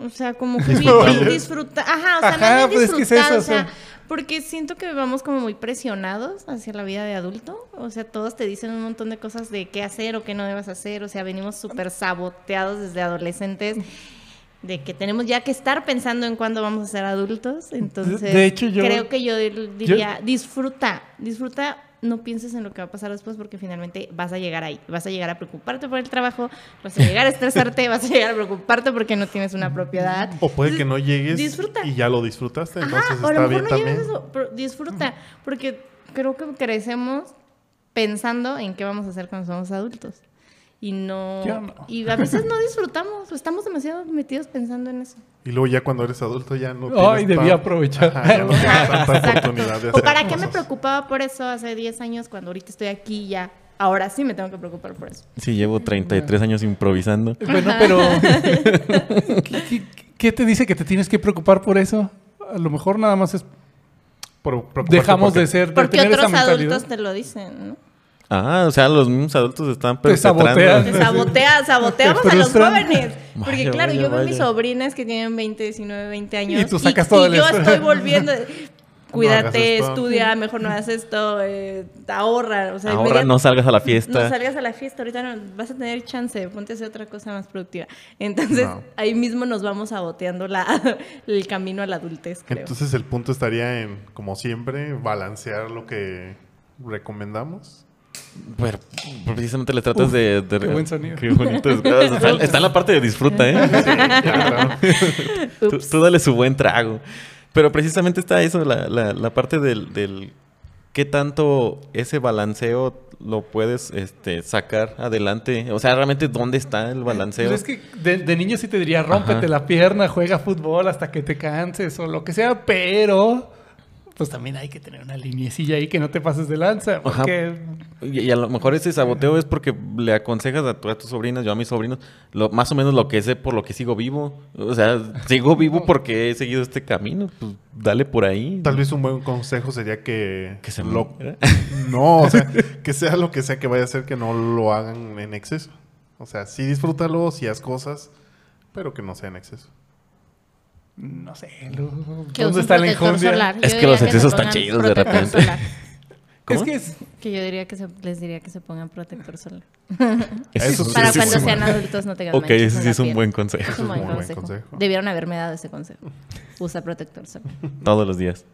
Speaker 4: O sea, como
Speaker 1: Disfrutar.
Speaker 4: vivir, disfrutar. Ajá, o sea,
Speaker 2: Ajá,
Speaker 4: más bien
Speaker 2: pues es que es
Speaker 4: disfrutar.
Speaker 2: eso,
Speaker 4: o sea,
Speaker 2: sí.
Speaker 4: porque siento que vamos como muy presionados hacia la vida de adulto. O sea, todos te dicen un montón de cosas de qué hacer o qué no debas hacer. O sea, venimos súper saboteados desde adolescentes. De que tenemos ya que estar pensando en cuándo vamos a ser adultos. Entonces,
Speaker 2: de hecho, yo-
Speaker 4: creo que yo diría, disfruta, disfruta, no pienses en lo que va a pasar después porque finalmente vas a llegar ahí, vas a llegar a preocuparte por el trabajo, vas a llegar a estresarte, vas a llegar a preocuparte porque no tienes una propiedad.
Speaker 1: O puede que no llegues
Speaker 4: Disfruta.
Speaker 1: y ya lo disfrutaste,
Speaker 4: Ajá,
Speaker 1: entonces
Speaker 4: o a
Speaker 1: Pues
Speaker 4: lo
Speaker 1: está
Speaker 4: mejor
Speaker 1: bien
Speaker 4: no llegas
Speaker 1: también.
Speaker 4: a eso, pero disfruta, porque creo que crecemos pensando en qué vamos a hacer cuando somos adultos. Y no,
Speaker 2: Yo no.
Speaker 4: y a veces no disfrutamos, o estamos demasiado metidos pensando en eso.
Speaker 1: Y luego ya cuando eres adulto ya no
Speaker 2: Ay,
Speaker 1: tienes
Speaker 2: debí
Speaker 1: tan-
Speaker 2: aprovechar.
Speaker 1: Ajá, ya no tienes tanta
Speaker 4: Exacto.
Speaker 1: oportunidad de
Speaker 4: ¿O
Speaker 1: hacer
Speaker 4: para qué me
Speaker 1: cosas.
Speaker 4: preocupaba por eso hace 10 años cuando ahorita estoy aquí y ya? Ahora sí me tengo que preocupar por eso.
Speaker 3: Sí, llevo 33 años improvisando.
Speaker 2: Bueno, pero ¿qué- ¿qué, qué te dice que te tienes que preocupar por eso? A lo mejor nada más es
Speaker 1: Pro- preocuparte
Speaker 2: dejamos
Speaker 1: porque-
Speaker 2: de ser, de
Speaker 4: Porque
Speaker 2: tener esa
Speaker 4: otros
Speaker 2: mentalidad.
Speaker 4: adultos te lo dicen, ¿no?
Speaker 3: Ah, o sea, los mismos adultos están
Speaker 2: Te sabotean.
Speaker 3: Ah,
Speaker 4: Te saboteas, saboteamos a los
Speaker 2: frustran.
Speaker 4: jóvenes. Porque
Speaker 3: Vaya,
Speaker 4: claro,
Speaker 3: vaya,
Speaker 4: yo veo a
Speaker 3: vaya.
Speaker 4: mis sobrinas que tienen 20, 19, 20 años.
Speaker 2: Y tú sacas todo
Speaker 4: y
Speaker 2: el
Speaker 4: yo
Speaker 2: estrés.
Speaker 4: estoy volviendo. Cuídate,
Speaker 1: esto.
Speaker 4: estudia, mejor no hagas esto, eh, ahorra. O sea,
Speaker 3: Ahora
Speaker 4: inmediat-
Speaker 3: no salgas a la
Speaker 4: No
Speaker 3: fiesta.
Speaker 4: salgas a la fiesta, ahorita no vas a tener chance, ponte a hacer otra cosa más productiva. Entonces,
Speaker 1: No.
Speaker 4: ahí mismo nos vamos saboteando la, el camino a la adultez, creo.
Speaker 1: Entonces el punto estaría en, como siempre, balancear lo que recomendamos.
Speaker 3: Pero pues, precisamente le tratas
Speaker 2: Uf,
Speaker 3: de, de-
Speaker 2: qué buen sonido.
Speaker 3: Qué bonito es. Está, está en la parte de disfruta, ¿eh?
Speaker 1: Claro.
Speaker 3: Tú, tú dale su buen trago. Pero precisamente está eso, la, la- la parte del, del qué tanto ese balanceo lo puedes este, sacar adelante. O sea, realmente dónde está el balanceo.
Speaker 2: Pues es que de, de niño sí te diría, rómpete
Speaker 3: Ajá.
Speaker 2: la pierna, juega fútbol hasta que te canses o lo que sea, pero pues también hay que tener una linecilla ahí que no te pases de lanza. Porque
Speaker 3: Y, y a lo mejor ese saboteo es porque le aconsejas a, tu- a tus sobrinas, yo a mis sobrinos, lo, más o menos lo que sé por lo que sigo vivo. O sea, sigo vivo porque he seguido este camino. Pues dale por ahí.
Speaker 1: Tal vez un buen consejo sería que...
Speaker 3: Que se ¿eh?
Speaker 1: lo-
Speaker 3: muera.
Speaker 1: No, o sea, que sea lo que sea que vaya a ser, que no lo hagan en exceso. O sea, sí disfrútalo, sí haz cosas, pero que no sea en exceso.
Speaker 2: no sé, lo-
Speaker 4: Que
Speaker 2: ¿dónde
Speaker 4: usen
Speaker 2: está la
Speaker 4: protector solar.
Speaker 2: enjundia?
Speaker 3: Es
Speaker 4: Yo
Speaker 3: que
Speaker 4: diría
Speaker 3: los
Speaker 4: se
Speaker 3: excesos están
Speaker 4: pongan
Speaker 3: chidos de
Speaker 4: protector
Speaker 3: repente.
Speaker 4: solar.
Speaker 2: Es
Speaker 3: ¿Cómo?
Speaker 2: que es,
Speaker 4: Que yo diría que se- les diría que se pongan protector solar.
Speaker 3: Ese
Speaker 1: Eso
Speaker 3: es-
Speaker 1: sí,
Speaker 4: Para
Speaker 1: sí,
Speaker 4: cuando
Speaker 1: sí.
Speaker 4: sean adultos no tengan
Speaker 3: Ok,
Speaker 4: manchas
Speaker 3: ese
Speaker 4: en
Speaker 3: sí
Speaker 4: la
Speaker 3: es un
Speaker 4: piel.
Speaker 3: buen consejo.
Speaker 4: Es un buen
Speaker 1: Muy buen
Speaker 4: consejo.
Speaker 1: consejo.
Speaker 4: Debieron haberme dado ese consejo. Usa protector solar.
Speaker 3: Todos los días.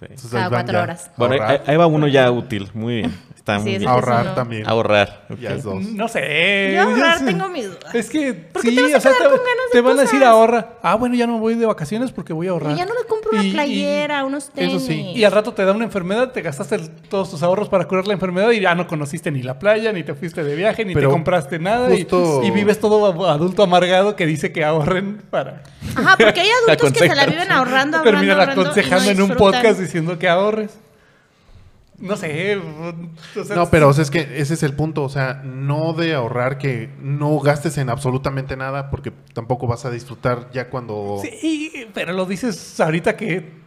Speaker 3: Sí.
Speaker 1: Entonces,
Speaker 4: Cada
Speaker 1: ahí van
Speaker 4: cuatro
Speaker 1: ya.
Speaker 4: horas.
Speaker 3: Bueno, eh, ahí-
Speaker 1: Ahorrar,
Speaker 3: ahí, ahí va uno ya útil. Muy bien. Está
Speaker 4: Sí,
Speaker 3: muy
Speaker 4: es
Speaker 3: bien.
Speaker 4: eso
Speaker 1: ahorrar
Speaker 4: no.
Speaker 1: también.
Speaker 3: Ahorrar. ok.
Speaker 1: Ya es dos.
Speaker 2: No sé.
Speaker 4: Yo ahorrar
Speaker 2: sé.
Speaker 4: tengo mis dudas.
Speaker 2: Es que
Speaker 4: ¿Por qué
Speaker 2: sí,
Speaker 4: te vas a
Speaker 2: o sea,
Speaker 4: quedar con ganas de
Speaker 2: te van a decir
Speaker 4: cosas?
Speaker 2: ahorra. Ah, bueno, ya no voy de vacaciones porque voy a ahorrar.
Speaker 4: Y ya no me compro una
Speaker 2: Y- y-
Speaker 4: playera, unos tenis.
Speaker 1: eso sí.
Speaker 2: Y al rato te da una enfermedad, te gastaste el- todos tus ahorros para curar la enfermedad y ya no conociste ni la playa, ni te fuiste de viaje, ni
Speaker 1: Pero
Speaker 2: te compraste nada. y-
Speaker 1: justo-
Speaker 2: Y, vives todo ab- adulto amargado que dice que ahorren para
Speaker 4: Ajá, porque hay adultos que se la
Speaker 3: Aconsejas.
Speaker 4: viven ahorrando, ahorrando,
Speaker 2: terminar
Speaker 4: ahorrando y no
Speaker 2: aconsejando en un
Speaker 4: disfrutan.
Speaker 2: podcast diciendo que ahorres. No sé. o sea,
Speaker 1: No, pero o sea, es que ese es el punto. O sea, no de ahorrar que no gastes en absolutamente nada porque tampoco vas a disfrutar ya cuando...
Speaker 2: Sí, pero lo dices ahorita que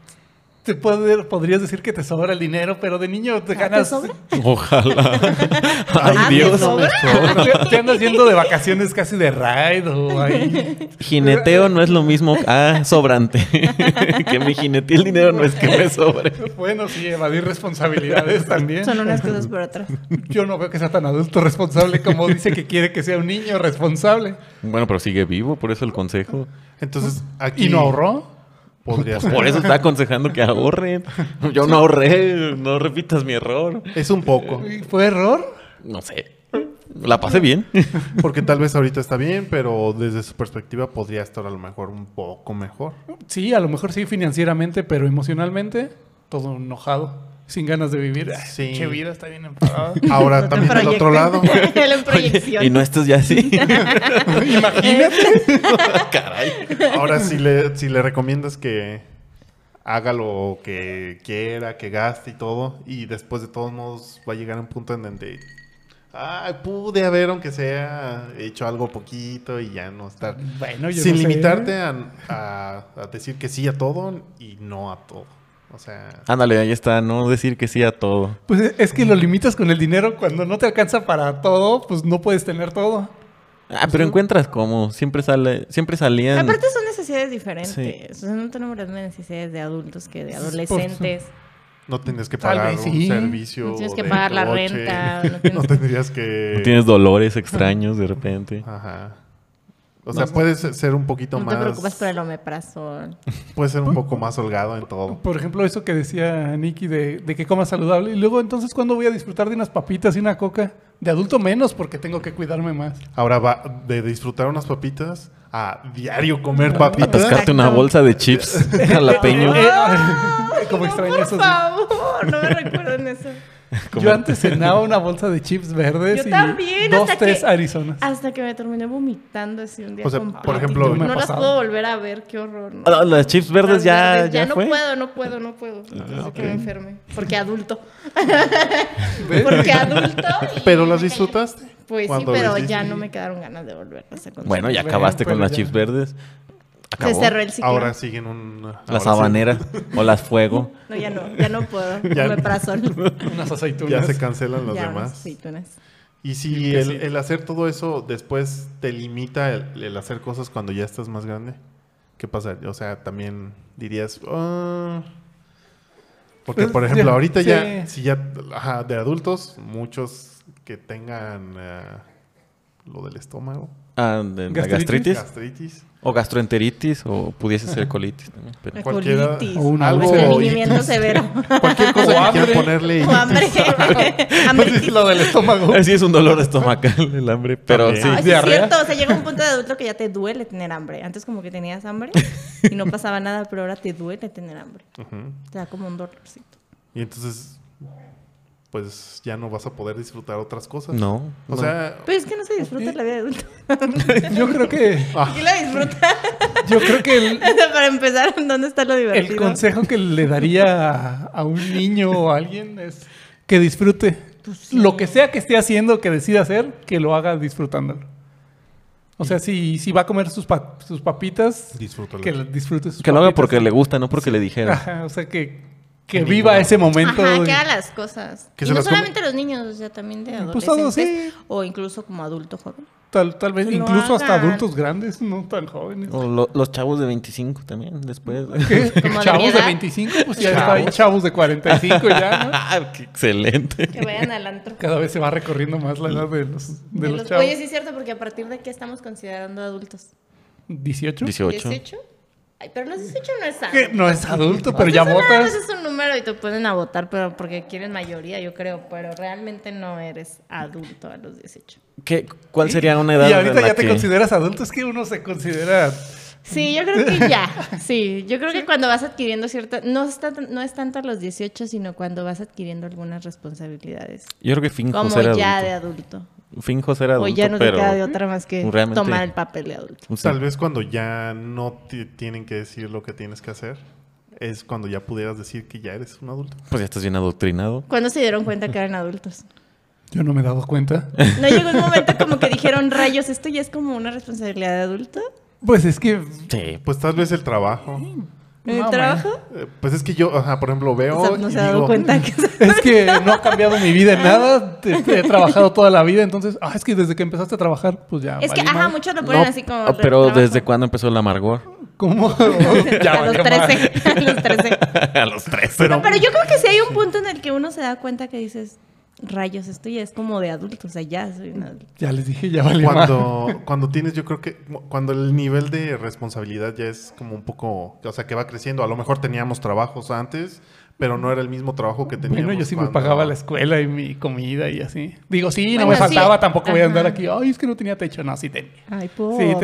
Speaker 2: te puede- podrías decir que te sobra el dinero, pero de niño te
Speaker 4: ¿Ah, te
Speaker 2: ganas.
Speaker 4: sobra?
Speaker 3: Ojalá. Ay,
Speaker 4: Ah,
Speaker 3: Dios.
Speaker 4: ¿te sobra?
Speaker 2: te, te andas yendo de vacaciones casi de raid o ahí.
Speaker 3: Jineteo no es lo mismo ah, sobrante. que me jinetee el dinero no es que me sobre.
Speaker 2: Bueno, sí, evadir responsabilidades también.
Speaker 4: Son unas cosas por otras.
Speaker 2: Yo no veo que sea tan adulto responsable como dice que quiere que sea un niño responsable.
Speaker 3: Bueno, pero sigue vivo, por eso el consejo.
Speaker 1: Entonces, aquí...
Speaker 2: ¿Y no ahorró?
Speaker 1: Podría ser.
Speaker 3: Por eso está aconsejando que ahorren. Yo no ahorré, no repitas mi error.
Speaker 1: Es un poco.
Speaker 2: ¿Fue error?
Speaker 3: No sé. La pasé bien.
Speaker 1: Porque tal vez ahorita está bien, pero desde su perspectiva podría estar a lo mejor un poco mejor.
Speaker 2: Sí, a lo mejor sí financieramente, pero emocionalmente todo enojado, sin ganas de vivir. Ay,
Speaker 1: Sí.
Speaker 2: Che vida está bien enfadada.
Speaker 1: Ahora
Speaker 4: No te
Speaker 1: también del otro lado.
Speaker 4: proyectes. La proyección. Eh.
Speaker 3: y no estás ya así.
Speaker 2: Imagínate.
Speaker 3: Caray.
Speaker 1: Ahora si le, si le recomiendas que haga lo que quiera, que gaste y todo, y después de todos modos va a llegar un punto en donde ay, pude haber, aunque sea, hecho algo poquito y ya no estar.
Speaker 2: Bueno, yo
Speaker 1: sin
Speaker 2: no sé. ¿eh?
Speaker 1: limitarte a, a- a decir que sí a todo y no a todo. O sea,
Speaker 3: Ándale, ahí está. No decir que sí a todo.
Speaker 2: Pues es que lo limitas con el dinero. Cuando no te alcanza para todo, pues no puedes tener todo.
Speaker 3: Ah, pero encuentras cómo. Siempre sale, siempre salían.
Speaker 4: Pues Aparte son necesidades diferentes.
Speaker 3: Sí.
Speaker 4: O sea, no tenemos las mismas necesidades de adultos que de adolescentes.
Speaker 1: no tienes que
Speaker 2: Tal
Speaker 1: pagar
Speaker 2: vez
Speaker 1: un
Speaker 2: sí.
Speaker 1: servicio.
Speaker 4: No tienes que
Speaker 1: de
Speaker 4: pagar la
Speaker 1: coche.
Speaker 4: renta, no
Speaker 1: No
Speaker 4: tienes-
Speaker 1: tendrías que.
Speaker 3: Tienes dolores extraños de repente.
Speaker 1: Ah, Ajá. O sea, puedes ser un poquito
Speaker 4: No
Speaker 1: más.
Speaker 4: te preocupas por el omeprazol.
Speaker 1: Puedes ser un poco más holgado en todo.
Speaker 2: Por ejemplo, eso que decía Nicky de, de que coma saludable. Y luego, entonces, ¿cuándo voy a disfrutar de unas papitas y una coca? De adulto menos, porque tengo que cuidarme más.
Speaker 1: Ahora va de disfrutar unas papitas a diario comer papitas.
Speaker 3: Atascarte una
Speaker 4: Exacto.
Speaker 3: bolsa de chips jalapeño.
Speaker 2: Eh,
Speaker 4: ¡Ah!
Speaker 2: como extraño
Speaker 4: por
Speaker 2: esos-
Speaker 4: favor, no me recuerden eso.
Speaker 3: Como-
Speaker 2: Yo antes cenaba una bolsa de chips verdes
Speaker 4: Yo
Speaker 2: y
Speaker 4: también,
Speaker 2: dos,
Speaker 4: hasta
Speaker 2: tres
Speaker 4: que- Ah.
Speaker 2: Arizonas.
Speaker 4: Hasta que me terminé vomitando así un día.
Speaker 1: O sea,
Speaker 4: completo.
Speaker 1: por ejemplo-
Speaker 4: no las
Speaker 2: Pasado.
Speaker 4: puedo volver a ver, qué horror. ¿no?
Speaker 3: Ah, Las chips verdes
Speaker 4: Las
Speaker 3: ya,
Speaker 4: verdes,
Speaker 3: ya,
Speaker 4: no
Speaker 3: fue.
Speaker 4: puedo, no puedo, no puedo.
Speaker 1: Ah,
Speaker 4: Entonces
Speaker 3: ok.
Speaker 4: que me enferme. Porque adulto. Porque adulto. y
Speaker 1: Pero las
Speaker 4: me cayó.
Speaker 1: disfrutaste.
Speaker 4: Pues sí,
Speaker 1: cuando
Speaker 4: pero
Speaker 1: les
Speaker 4: ya
Speaker 1: diste.
Speaker 4: no me quedaron ganas de volver a esa condición.
Speaker 3: Bueno, ya
Speaker 2: Bueno,
Speaker 3: acabaste con
Speaker 2: bueno,
Speaker 3: las
Speaker 2: ya.
Speaker 3: chips verdes.
Speaker 4: Se
Speaker 3: Acabó.
Speaker 4: cerró el ciclo.
Speaker 1: Ahora siguen un. ahora
Speaker 3: Las
Speaker 1: sí,
Speaker 3: habaneras o las fuego.
Speaker 4: No, ya no, ya no puedo.
Speaker 1: Ya
Speaker 4: me
Speaker 1: no.
Speaker 4: pasó.
Speaker 2: unas
Speaker 1: Ya
Speaker 2: aceitunas.
Speaker 1: se cancelan las
Speaker 4: ya, unas
Speaker 1: demás.
Speaker 4: aceitunas.
Speaker 1: Y
Speaker 2: Y
Speaker 1: si
Speaker 2: que
Speaker 1: el,
Speaker 2: sí.
Speaker 1: el hacer todo eso después te limita el, el hacer cosas cuando ya estás más grande, ¿qué pasa? O sea, también dirías, "Ah". porque
Speaker 2: Pues,
Speaker 1: por ejemplo,
Speaker 2: ya,
Speaker 1: ahorita ya,
Speaker 2: sí.
Speaker 1: si ya, ajá, de adultos, muchos que tengan ah, lo del estómago,
Speaker 3: Ah, de- la
Speaker 2: ¿Gastritis?
Speaker 3: gastritis.
Speaker 1: gastritis,
Speaker 3: O gastroenteritis o pudiese ser colitis también. pero-
Speaker 4: La
Speaker 1: Cualquiera-
Speaker 4: colitis.
Speaker 2: O un
Speaker 1: algo-
Speaker 4: estreñimiento severo.
Speaker 1: cualquier cosa
Speaker 2: O
Speaker 1: que quieran
Speaker 2: hambre.
Speaker 1: ponerle.
Speaker 4: o hambre.
Speaker 1: pues,
Speaker 4: Hambritis.
Speaker 2: lo del estómago.
Speaker 3: Eh, Sí, es un dolor estomacal el hambre, pero
Speaker 1: También.
Speaker 3: sí.
Speaker 4: Ay, sí, es
Speaker 2: diarrea.
Speaker 4: cierto, o sea, llega un punto de adulto que ya te duele tener hambre. Antes como que tenías hambre y no pasaba nada, pero ahora te duele tener hambre.
Speaker 1: Ujú.
Speaker 4: Te da como un dolorcito.
Speaker 1: Y entonces, pues ya no vas a poder disfrutar otras cosas.
Speaker 3: No.
Speaker 1: O
Speaker 3: no.
Speaker 1: sea,
Speaker 4: Pero es que no se disfruta la vida de adulto.
Speaker 2: Yo creo que,
Speaker 4: ¿Quién la disfruta?
Speaker 2: yo creo que el,
Speaker 4: Para empezar, ¿dónde está lo divertido?
Speaker 2: el consejo que le daría a, a un niño o a alguien es que disfrute.
Speaker 4: Pues
Speaker 2: Lo que sea que esté haciendo, que decida hacer, que lo haga disfrutándolo. O sea, si, si va a comer sus, pa- sus papitas,
Speaker 1: disfrútalo.
Speaker 2: que disfrute sus
Speaker 3: que lo haga
Speaker 2: papitas.
Speaker 3: porque le gusta, no porque le dijeron.
Speaker 2: Ajá, o sea, que, que
Speaker 1: Que
Speaker 2: viva
Speaker 1: viva.
Speaker 2: ese momento.
Speaker 4: Ajá,
Speaker 2: y-
Speaker 4: que haga las cosas.
Speaker 1: Que
Speaker 4: y
Speaker 1: se
Speaker 4: no
Speaker 1: las come-
Speaker 4: solamente los niños, o sea, también de
Speaker 2: Pues todos,
Speaker 4: adolescentes. O incluso como adulto joven.
Speaker 2: tal, tal vez
Speaker 4: Que lo
Speaker 2: incluso hasta
Speaker 4: hagan.
Speaker 2: adultos grandes, no tan jóvenes.
Speaker 3: O lo- los chavos de 25 también, después.
Speaker 2: ¿Qué?
Speaker 4: Como de mi
Speaker 2: Chavos de
Speaker 4: edad.
Speaker 2: 25, pues ya está ahí, chavos de 45 ya, ¿no?
Speaker 3: Ah, qué excelente.
Speaker 4: Que vayan al antro.
Speaker 2: Cada vez se va recorriendo más la edad de los, de
Speaker 4: De
Speaker 2: los
Speaker 4: los-
Speaker 2: chavos.
Speaker 4: Oye, sí es cierto, porque a partir de qué estamos considerando adultos.
Speaker 2: 18.
Speaker 3: 18.
Speaker 4: ¿18? Ay, pero no sé si ocho no es sano.
Speaker 2: Que no es adulto, pero
Speaker 4: O
Speaker 2: Pues ya
Speaker 4: sea, eso Pues nada más
Speaker 2: votas.
Speaker 4: es un número y te pueden a votar, pero porque quieren mayoría, yo creo, pero realmente no eres adulto a los 18.
Speaker 3: ¿Qué, ¿Cuál sería una edad?
Speaker 2: Y
Speaker 3: en
Speaker 2: ahorita
Speaker 3: la
Speaker 2: ya te
Speaker 3: que-
Speaker 2: consideras adulto, es que uno se considera.
Speaker 4: Sí, yo creo que ya. Sí, yo creo que cuando vas adquiriendo cierta no es tanto, no es tanto a los 18, sino cuando vas adquiriendo algunas responsabilidades.
Speaker 3: Yo creo que finjo
Speaker 4: Como
Speaker 3: ser
Speaker 4: ya
Speaker 3: adulto.
Speaker 4: de adulto.
Speaker 3: Finjo ser adulto,
Speaker 4: o ya no
Speaker 3: pero... pues
Speaker 4: te queda de otra más que
Speaker 3: realmente-
Speaker 4: tomar el papel de adulto.
Speaker 3: o sea,
Speaker 1: Tal vez cuando ya no te tienen que decir lo que tienes que hacer, es cuando ya pudieras decir que ya eres un adulto.
Speaker 3: Pues ya estás bien adoctrinado.
Speaker 4: ¿Cuándo se dieron cuenta que eran adultos?
Speaker 2: Yo no me he dado cuenta.
Speaker 4: No llegó un momento como que dijeron, rayos, esto ya es como una responsabilidad de adulto.
Speaker 2: Pues es que.
Speaker 3: Sí.
Speaker 1: Pues tal vez el trabajo.
Speaker 4: ¿El
Speaker 2: No,
Speaker 4: trabajo?
Speaker 1: Eh, Pues es que yo, ajá, por ejemplo, veo
Speaker 4: O sea, no
Speaker 1: y
Speaker 4: se ha dado
Speaker 1: digo,
Speaker 4: cuenta que
Speaker 2: Es que no ha cambiado mi vida en nada. te- te he trabajado toda la vida, entonces. Ah, es que desde que empezaste a trabajar, pues ya.
Speaker 4: Es que,
Speaker 2: valí
Speaker 4: ajá,
Speaker 2: madre.
Speaker 4: muchos lo ponen
Speaker 3: No,
Speaker 4: así como.
Speaker 3: ah, Pero
Speaker 4: trabajo.
Speaker 3: ¿desde cuándo empezó el amargor?
Speaker 2: ¿Cómo? ya
Speaker 4: a los
Speaker 2: valió madre.
Speaker 4: 13. A los 13.
Speaker 3: a los tres.
Speaker 1: Pero-
Speaker 4: No, pero yo creo que sí hay un punto en el que uno se da cuenta que dices, rayos, esto ya es como de adulto. O sea, ya soy un adulto.
Speaker 2: Ya les dije, ya valió madre.
Speaker 1: cuando, cuando tienes, yo creo que mu- cuando el nivel de responsabilidad ya es como un poco, o sea, que va creciendo. A lo mejor teníamos trabajos antes, pero no era el mismo trabajo que teníamos.
Speaker 2: Bueno, yo sí me
Speaker 1: cuando-
Speaker 2: pagaba la escuela y mi comida y así. Digo, sí, no
Speaker 4: Bueno,
Speaker 2: me
Speaker 4: sí.
Speaker 2: faltaba, tampoco voy a andar
Speaker 4: Ajá.
Speaker 2: aquí. Ay, es que no tenía techo. No, sí tenía.
Speaker 4: Ay,
Speaker 2: Sí
Speaker 4: pobrecito.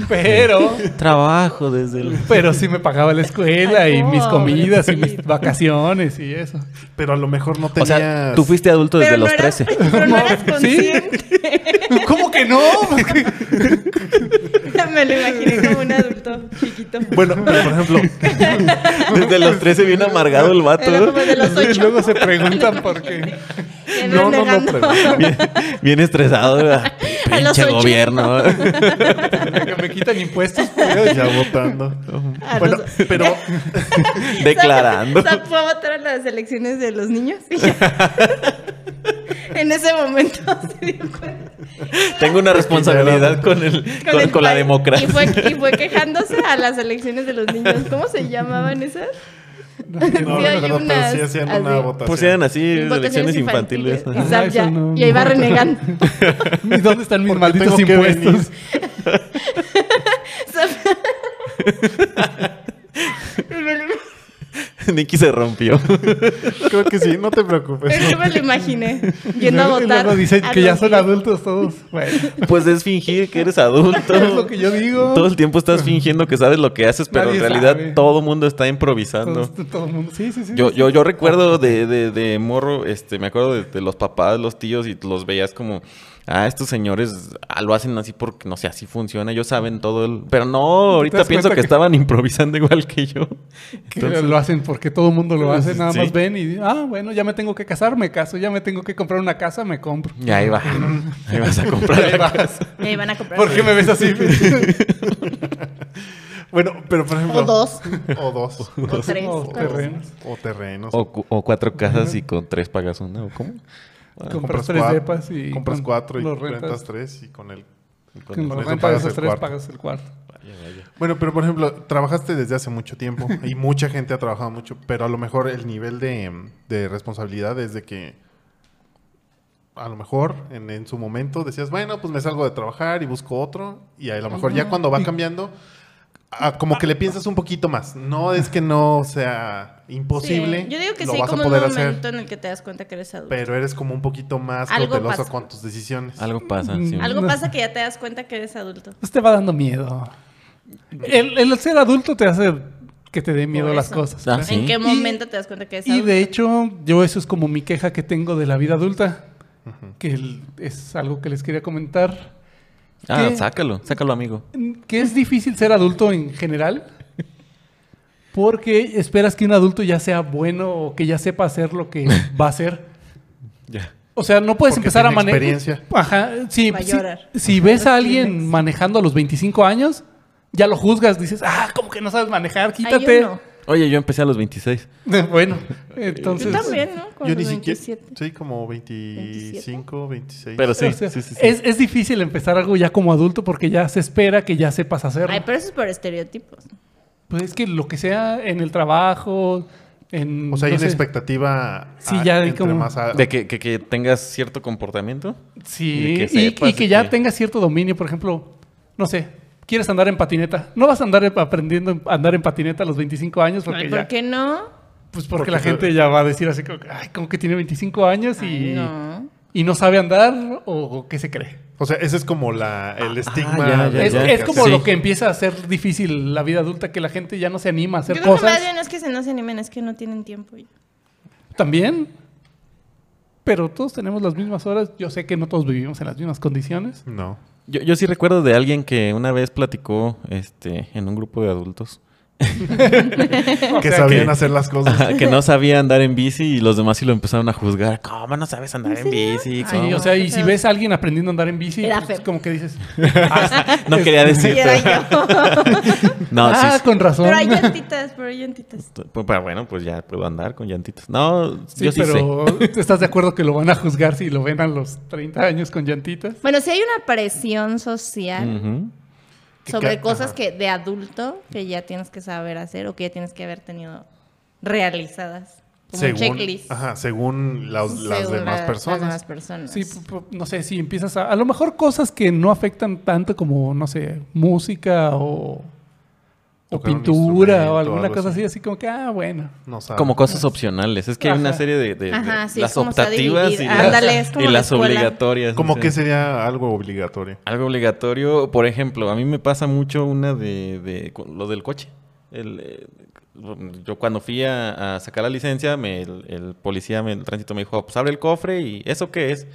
Speaker 2: tenía. Pero,
Speaker 3: Trabajo desde el...
Speaker 2: pero sí me pagaba la escuela
Speaker 4: Ay,
Speaker 2: y mis comidas y mis
Speaker 4: pobrecito.
Speaker 2: vacaciones y eso.
Speaker 1: Pero a lo mejor no
Speaker 3: O
Speaker 1: tenías...
Speaker 3: sea, tú fuiste adulto desde
Speaker 4: Pero
Speaker 3: los
Speaker 4: no eras-
Speaker 3: 13.
Speaker 4: pero no eras
Speaker 2: Sí.
Speaker 4: consciente.
Speaker 2: ¿Cómo que no? Porque-
Speaker 4: Me lo imaginé como un adulto chiquito.
Speaker 1: Bueno, pero por ejemplo,
Speaker 3: Desde los 13 viene amargado el vato.
Speaker 4: Era como de los
Speaker 2: Y
Speaker 4: ocho.
Speaker 2: luego se preguntan por qué.
Speaker 4: Que
Speaker 1: No, no, no,
Speaker 4: negando.
Speaker 1: pero-
Speaker 3: Bien, bien estresado. ah,
Speaker 4: A los
Speaker 3: Pinche
Speaker 4: ocho.
Speaker 3: gobierno.
Speaker 2: Que me quitan impuestos.
Speaker 1: ya votando.
Speaker 4: A
Speaker 1: Bueno,
Speaker 4: los-
Speaker 1: pero
Speaker 3: Declarando.
Speaker 4: O sea, fue a votar a las elecciones de los niños. y ya. en ese momento se dio cuenta.
Speaker 3: Tengo una responsabilidad con, el, con,
Speaker 4: el
Speaker 3: con la
Speaker 4: país.
Speaker 3: democracia.
Speaker 4: Y fue, y fue quejándose a las elecciones de los niños. ¿cómo se llamaban esas?
Speaker 1: no
Speaker 4: Sí,
Speaker 1: me
Speaker 4: hay
Speaker 1: acuerdo, pero
Speaker 4: unas
Speaker 1: sí hacían una
Speaker 4: así.
Speaker 1: votación.
Speaker 3: Pues eran así, elecciones infantiles.
Speaker 2: infantiles.
Speaker 4: Exacto,
Speaker 2: Ah, eso
Speaker 4: ya.
Speaker 2: no,
Speaker 4: y ahí va
Speaker 2: no.
Speaker 4: renegando.
Speaker 2: ¿Y dónde están mis
Speaker 1: Porque
Speaker 2: malditos
Speaker 1: tengo que
Speaker 2: impuestos?
Speaker 3: Nicky se rompió.
Speaker 1: Creo que sí, no te
Speaker 3: Pues
Speaker 1: preocupes.
Speaker 4: Pero yo me lo imaginé.
Speaker 2: Y
Speaker 4: Yendo a
Speaker 2: luego, y
Speaker 4: votar.
Speaker 2: luego dicen
Speaker 4: a
Speaker 2: que ya
Speaker 4: los
Speaker 2: son
Speaker 4: niños.
Speaker 2: adultos todos. Bueno,
Speaker 3: Pues es fingir que eres adulto.
Speaker 2: es lo que yo digo.
Speaker 3: Todo el tiempo estás fingiendo que sabes lo que haces, pero
Speaker 2: Nadie
Speaker 3: en realidad
Speaker 2: sabe.
Speaker 3: todo mundo está improvisando.
Speaker 2: Todos- todo el mundo. Sí, sí, sí.
Speaker 3: Yo, yo, yo recuerdo de, de, de morro, este, me acuerdo de, de los papás, los tíos, y los veías como, ah, estos señores ah, lo hacen así porque, no sé, así funciona, ellos saben todo el... Pero no, ahorita
Speaker 2: das
Speaker 3: pienso que,
Speaker 2: cuenta que-
Speaker 3: estaban improvisando igual que yo.
Speaker 2: Que
Speaker 3: Entonces,
Speaker 2: lo hacen porque todo el mundo lo hace, nada
Speaker 3: Sí.
Speaker 2: más ven y ah, bueno, ya me tengo que casar, me caso, ya me tengo que comprar una casa, me compro.
Speaker 3: y ahí va, ahí vas a comprar la casa.
Speaker 4: Y ahí van a comprar.
Speaker 2: ¿Por qué me ves así?
Speaker 1: Bueno, pero por ejemplo...
Speaker 4: O dos.
Speaker 1: O dos.
Speaker 4: O tres.
Speaker 2: O
Speaker 4: o-
Speaker 2: terrenos.
Speaker 1: O terrenos.
Speaker 3: O, cu- o cuatro casas y con tres pagas una, ¿o cómo?
Speaker 2: compras tres
Speaker 1: cuatro-
Speaker 2: depas y
Speaker 1: Compras
Speaker 2: con-
Speaker 1: cuatro y
Speaker 2: los rentas.
Speaker 1: rentas tres y con el...
Speaker 3: Con-
Speaker 2: Con
Speaker 1: Con
Speaker 2: los
Speaker 1: eso
Speaker 2: rentas
Speaker 1: pagas
Speaker 2: esos
Speaker 1: el
Speaker 2: tres
Speaker 1: cuarto.
Speaker 2: pagas el cuarto.
Speaker 1: Bueno, pero por ejemplo, trabajaste desde hace mucho tiempo y mucha gente ha trabajado mucho, pero a lo mejor el nivel de, mm, de responsabilidad es de que a lo mejor en, en su momento decías, bueno, pues me salgo de trabajar y busco otro y a lo mejor ya cuando va cambiando, ah, como que le piensas un poquito más. No es que no sea imposible,
Speaker 4: Sí, Yo digo que
Speaker 1: lo
Speaker 4: sí,
Speaker 1: vas
Speaker 4: como
Speaker 1: a
Speaker 4: un
Speaker 1: poder
Speaker 4: momento
Speaker 1: hacer,
Speaker 4: en el que te das cuenta que eres adulto.
Speaker 1: pero eres como un poquito más
Speaker 4: Algo
Speaker 1: cauteloso
Speaker 4: pasa.
Speaker 1: con tus decisiones.
Speaker 3: Algo pasa, sí.
Speaker 4: Mm, Algo
Speaker 2: No.
Speaker 4: pasa que ya te das cuenta que eres adulto.
Speaker 2: Pues te va dando miedo. El, el ser adulto te hace que te dé miedo
Speaker 4: Por
Speaker 2: las
Speaker 4: eso.
Speaker 2: cosas.
Speaker 3: Ah, sí.
Speaker 4: ¿En qué
Speaker 2: Y-
Speaker 4: momento te das cuenta que eres
Speaker 2: Y
Speaker 4: adulto?
Speaker 2: de hecho, yo eso es como mi queja que tengo de la vida adulta, que el- es algo que les quería comentar.
Speaker 3: Ah,
Speaker 2: ¿Qué?
Speaker 3: sácalo, sácalo, amigo.
Speaker 2: que es difícil ser adulto en general porque esperas que un adulto ya sea bueno o que ya sepa hacer lo que va a hacer.
Speaker 3: Ya.
Speaker 2: O sea, no puedes
Speaker 1: Porque
Speaker 2: empezar a
Speaker 1: tiene
Speaker 2: manejar.
Speaker 1: experiencia.
Speaker 2: Ajá, sí,
Speaker 4: Va a
Speaker 2: sí,
Speaker 4: llorar.
Speaker 2: si ves a alguien
Speaker 4: tienes.
Speaker 2: manejando a los 25 años, ya lo juzgas, dices, ah, como que no sabes manejar,
Speaker 4: Hay
Speaker 2: quítate.
Speaker 4: uno.
Speaker 3: Oye, yo empecé a los 26.
Speaker 2: bueno,
Speaker 4: Yo
Speaker 2: entonces.
Speaker 4: también, ¿no? Con
Speaker 1: Yo
Speaker 4: los
Speaker 1: ni siquiera...
Speaker 4: 27.
Speaker 1: Sí, como 25, 26.
Speaker 3: Pero sí,
Speaker 2: o sea,
Speaker 3: sí, sí, sí.
Speaker 2: Es, es difícil empezar algo ya como adulto porque ya se espera que ya sepas hacerlo.
Speaker 4: Ay, pero eso es por estereotipos.
Speaker 2: Pues es que lo que sea en el trabajo, en.
Speaker 1: O sea, hay
Speaker 2: no
Speaker 1: una
Speaker 2: sé,
Speaker 1: expectativa
Speaker 2: Sí,
Speaker 1: a-
Speaker 2: ya hay
Speaker 1: entre
Speaker 2: como-
Speaker 1: más a-
Speaker 3: ¿De que, que- que tengas cierto comportamiento?
Speaker 2: Sí,
Speaker 3: Y que
Speaker 2: y, y
Speaker 3: sepas
Speaker 2: que
Speaker 3: y
Speaker 2: ya
Speaker 3: que-
Speaker 2: tenga cierto dominio, por ejemplo, no sé, quieres andar en patineta. No vas a andar aprendiendo a andar en patineta a los 25 años porque
Speaker 4: Ay,
Speaker 2: ya.
Speaker 4: ¿Por qué no?
Speaker 2: Pues porque,
Speaker 1: Porque
Speaker 2: la
Speaker 1: se-
Speaker 2: gente ya va a decir así como, que, ay, como que tiene 25 años y,
Speaker 4: Ay, no.
Speaker 2: y no sabe andar o, o qué se cree.
Speaker 1: O sea, ese es como la, el estigma.
Speaker 3: Ah, ya, ya,
Speaker 1: de
Speaker 2: es,
Speaker 1: lo
Speaker 3: ya.
Speaker 1: que
Speaker 2: es como
Speaker 1: hace.
Speaker 2: lo que empieza a ser difícil la vida adulta, que la gente ya no se anima a
Speaker 4: Yo
Speaker 2: hacer
Speaker 4: creo que más
Speaker 2: cosas.
Speaker 4: bien no es que se no se animen, es que no tienen tiempo. ya.
Speaker 2: También. Pero todos tenemos las mismas horas. Yo sé que no todos vivimos en las mismas condiciones.
Speaker 1: No.
Speaker 3: Yo, yo sí recuerdo de alguien que una vez platicó este, en un grupo de adultos
Speaker 1: que
Speaker 2: sea,
Speaker 1: sabían
Speaker 3: que-
Speaker 1: hacer las cosas.
Speaker 3: Ajá, que no sabía andar en bici y los demás sí lo empezaron a juzgar. ¿Cómo no sabes andar en bici?
Speaker 4: Ay,
Speaker 2: Sí,
Speaker 3: ¿Cómo?"
Speaker 2: o sea, y
Speaker 4: qué
Speaker 2: si
Speaker 4: feo.
Speaker 2: ves a alguien aprendiendo a andar en bici,
Speaker 4: Era
Speaker 2: pues,
Speaker 4: feo.
Speaker 2: como que dices,
Speaker 3: Ah, No quería
Speaker 4: Y era
Speaker 3: decirte.
Speaker 4: yo.
Speaker 3: No, sí,
Speaker 2: ah,
Speaker 3: sí.
Speaker 2: con razón.
Speaker 4: Pero hay llantitas, pero hay llantitas.
Speaker 3: Pues, pero bueno, pues ya puedo andar con llantitos. No,
Speaker 2: Sí,
Speaker 3: yo sí sé.
Speaker 2: pero ¿estás de acuerdo que lo van a juzgar si lo ven a los 30 años con llantitas?
Speaker 4: Bueno, sí hay una presión social
Speaker 3: Ujú.
Speaker 1: Que
Speaker 4: sobre
Speaker 1: ca-
Speaker 4: cosas
Speaker 1: ajá.
Speaker 4: que de adulto que ya tienes que saber hacer o que ya tienes que haber tenido realizadas. Como un
Speaker 1: Según,
Speaker 4: checklist.
Speaker 1: ajá, según las, las
Speaker 4: Según la-
Speaker 1: demás personas.
Speaker 4: Las demás personas.
Speaker 2: Sí, p- p- no sé, si empiezas a... A lo mejor cosas que no afectan tanto como, no sé, música o, o
Speaker 1: Tocar un
Speaker 2: pintura
Speaker 1: instrumento,
Speaker 2: o alguna
Speaker 1: algo
Speaker 2: cosa
Speaker 1: así.
Speaker 2: así, así como que, ah, bueno.
Speaker 1: No saben.
Speaker 3: Como cosas opcionales. Es que hay una
Speaker 2: Ajá.
Speaker 3: serie de, de- de-
Speaker 4: Ajá, sí, es
Speaker 3: las
Speaker 4: como está
Speaker 3: optativas y
Speaker 4: dividido.
Speaker 3: las,
Speaker 4: Ándale, es como
Speaker 3: y
Speaker 4: la
Speaker 3: las
Speaker 4: escuela.
Speaker 3: obligatorias.
Speaker 1: Como
Speaker 3: o sea.
Speaker 1: que sería algo obligatorio.
Speaker 3: Algo obligatorio, por ejemplo, a mí me pasa mucho una de, de cu- lo del coche. El, eh, yo cuando fui a, a sacar la licencia, me- el, el policía, me- el tránsito me dijo, pues abre el cofre y ¿eso qué es?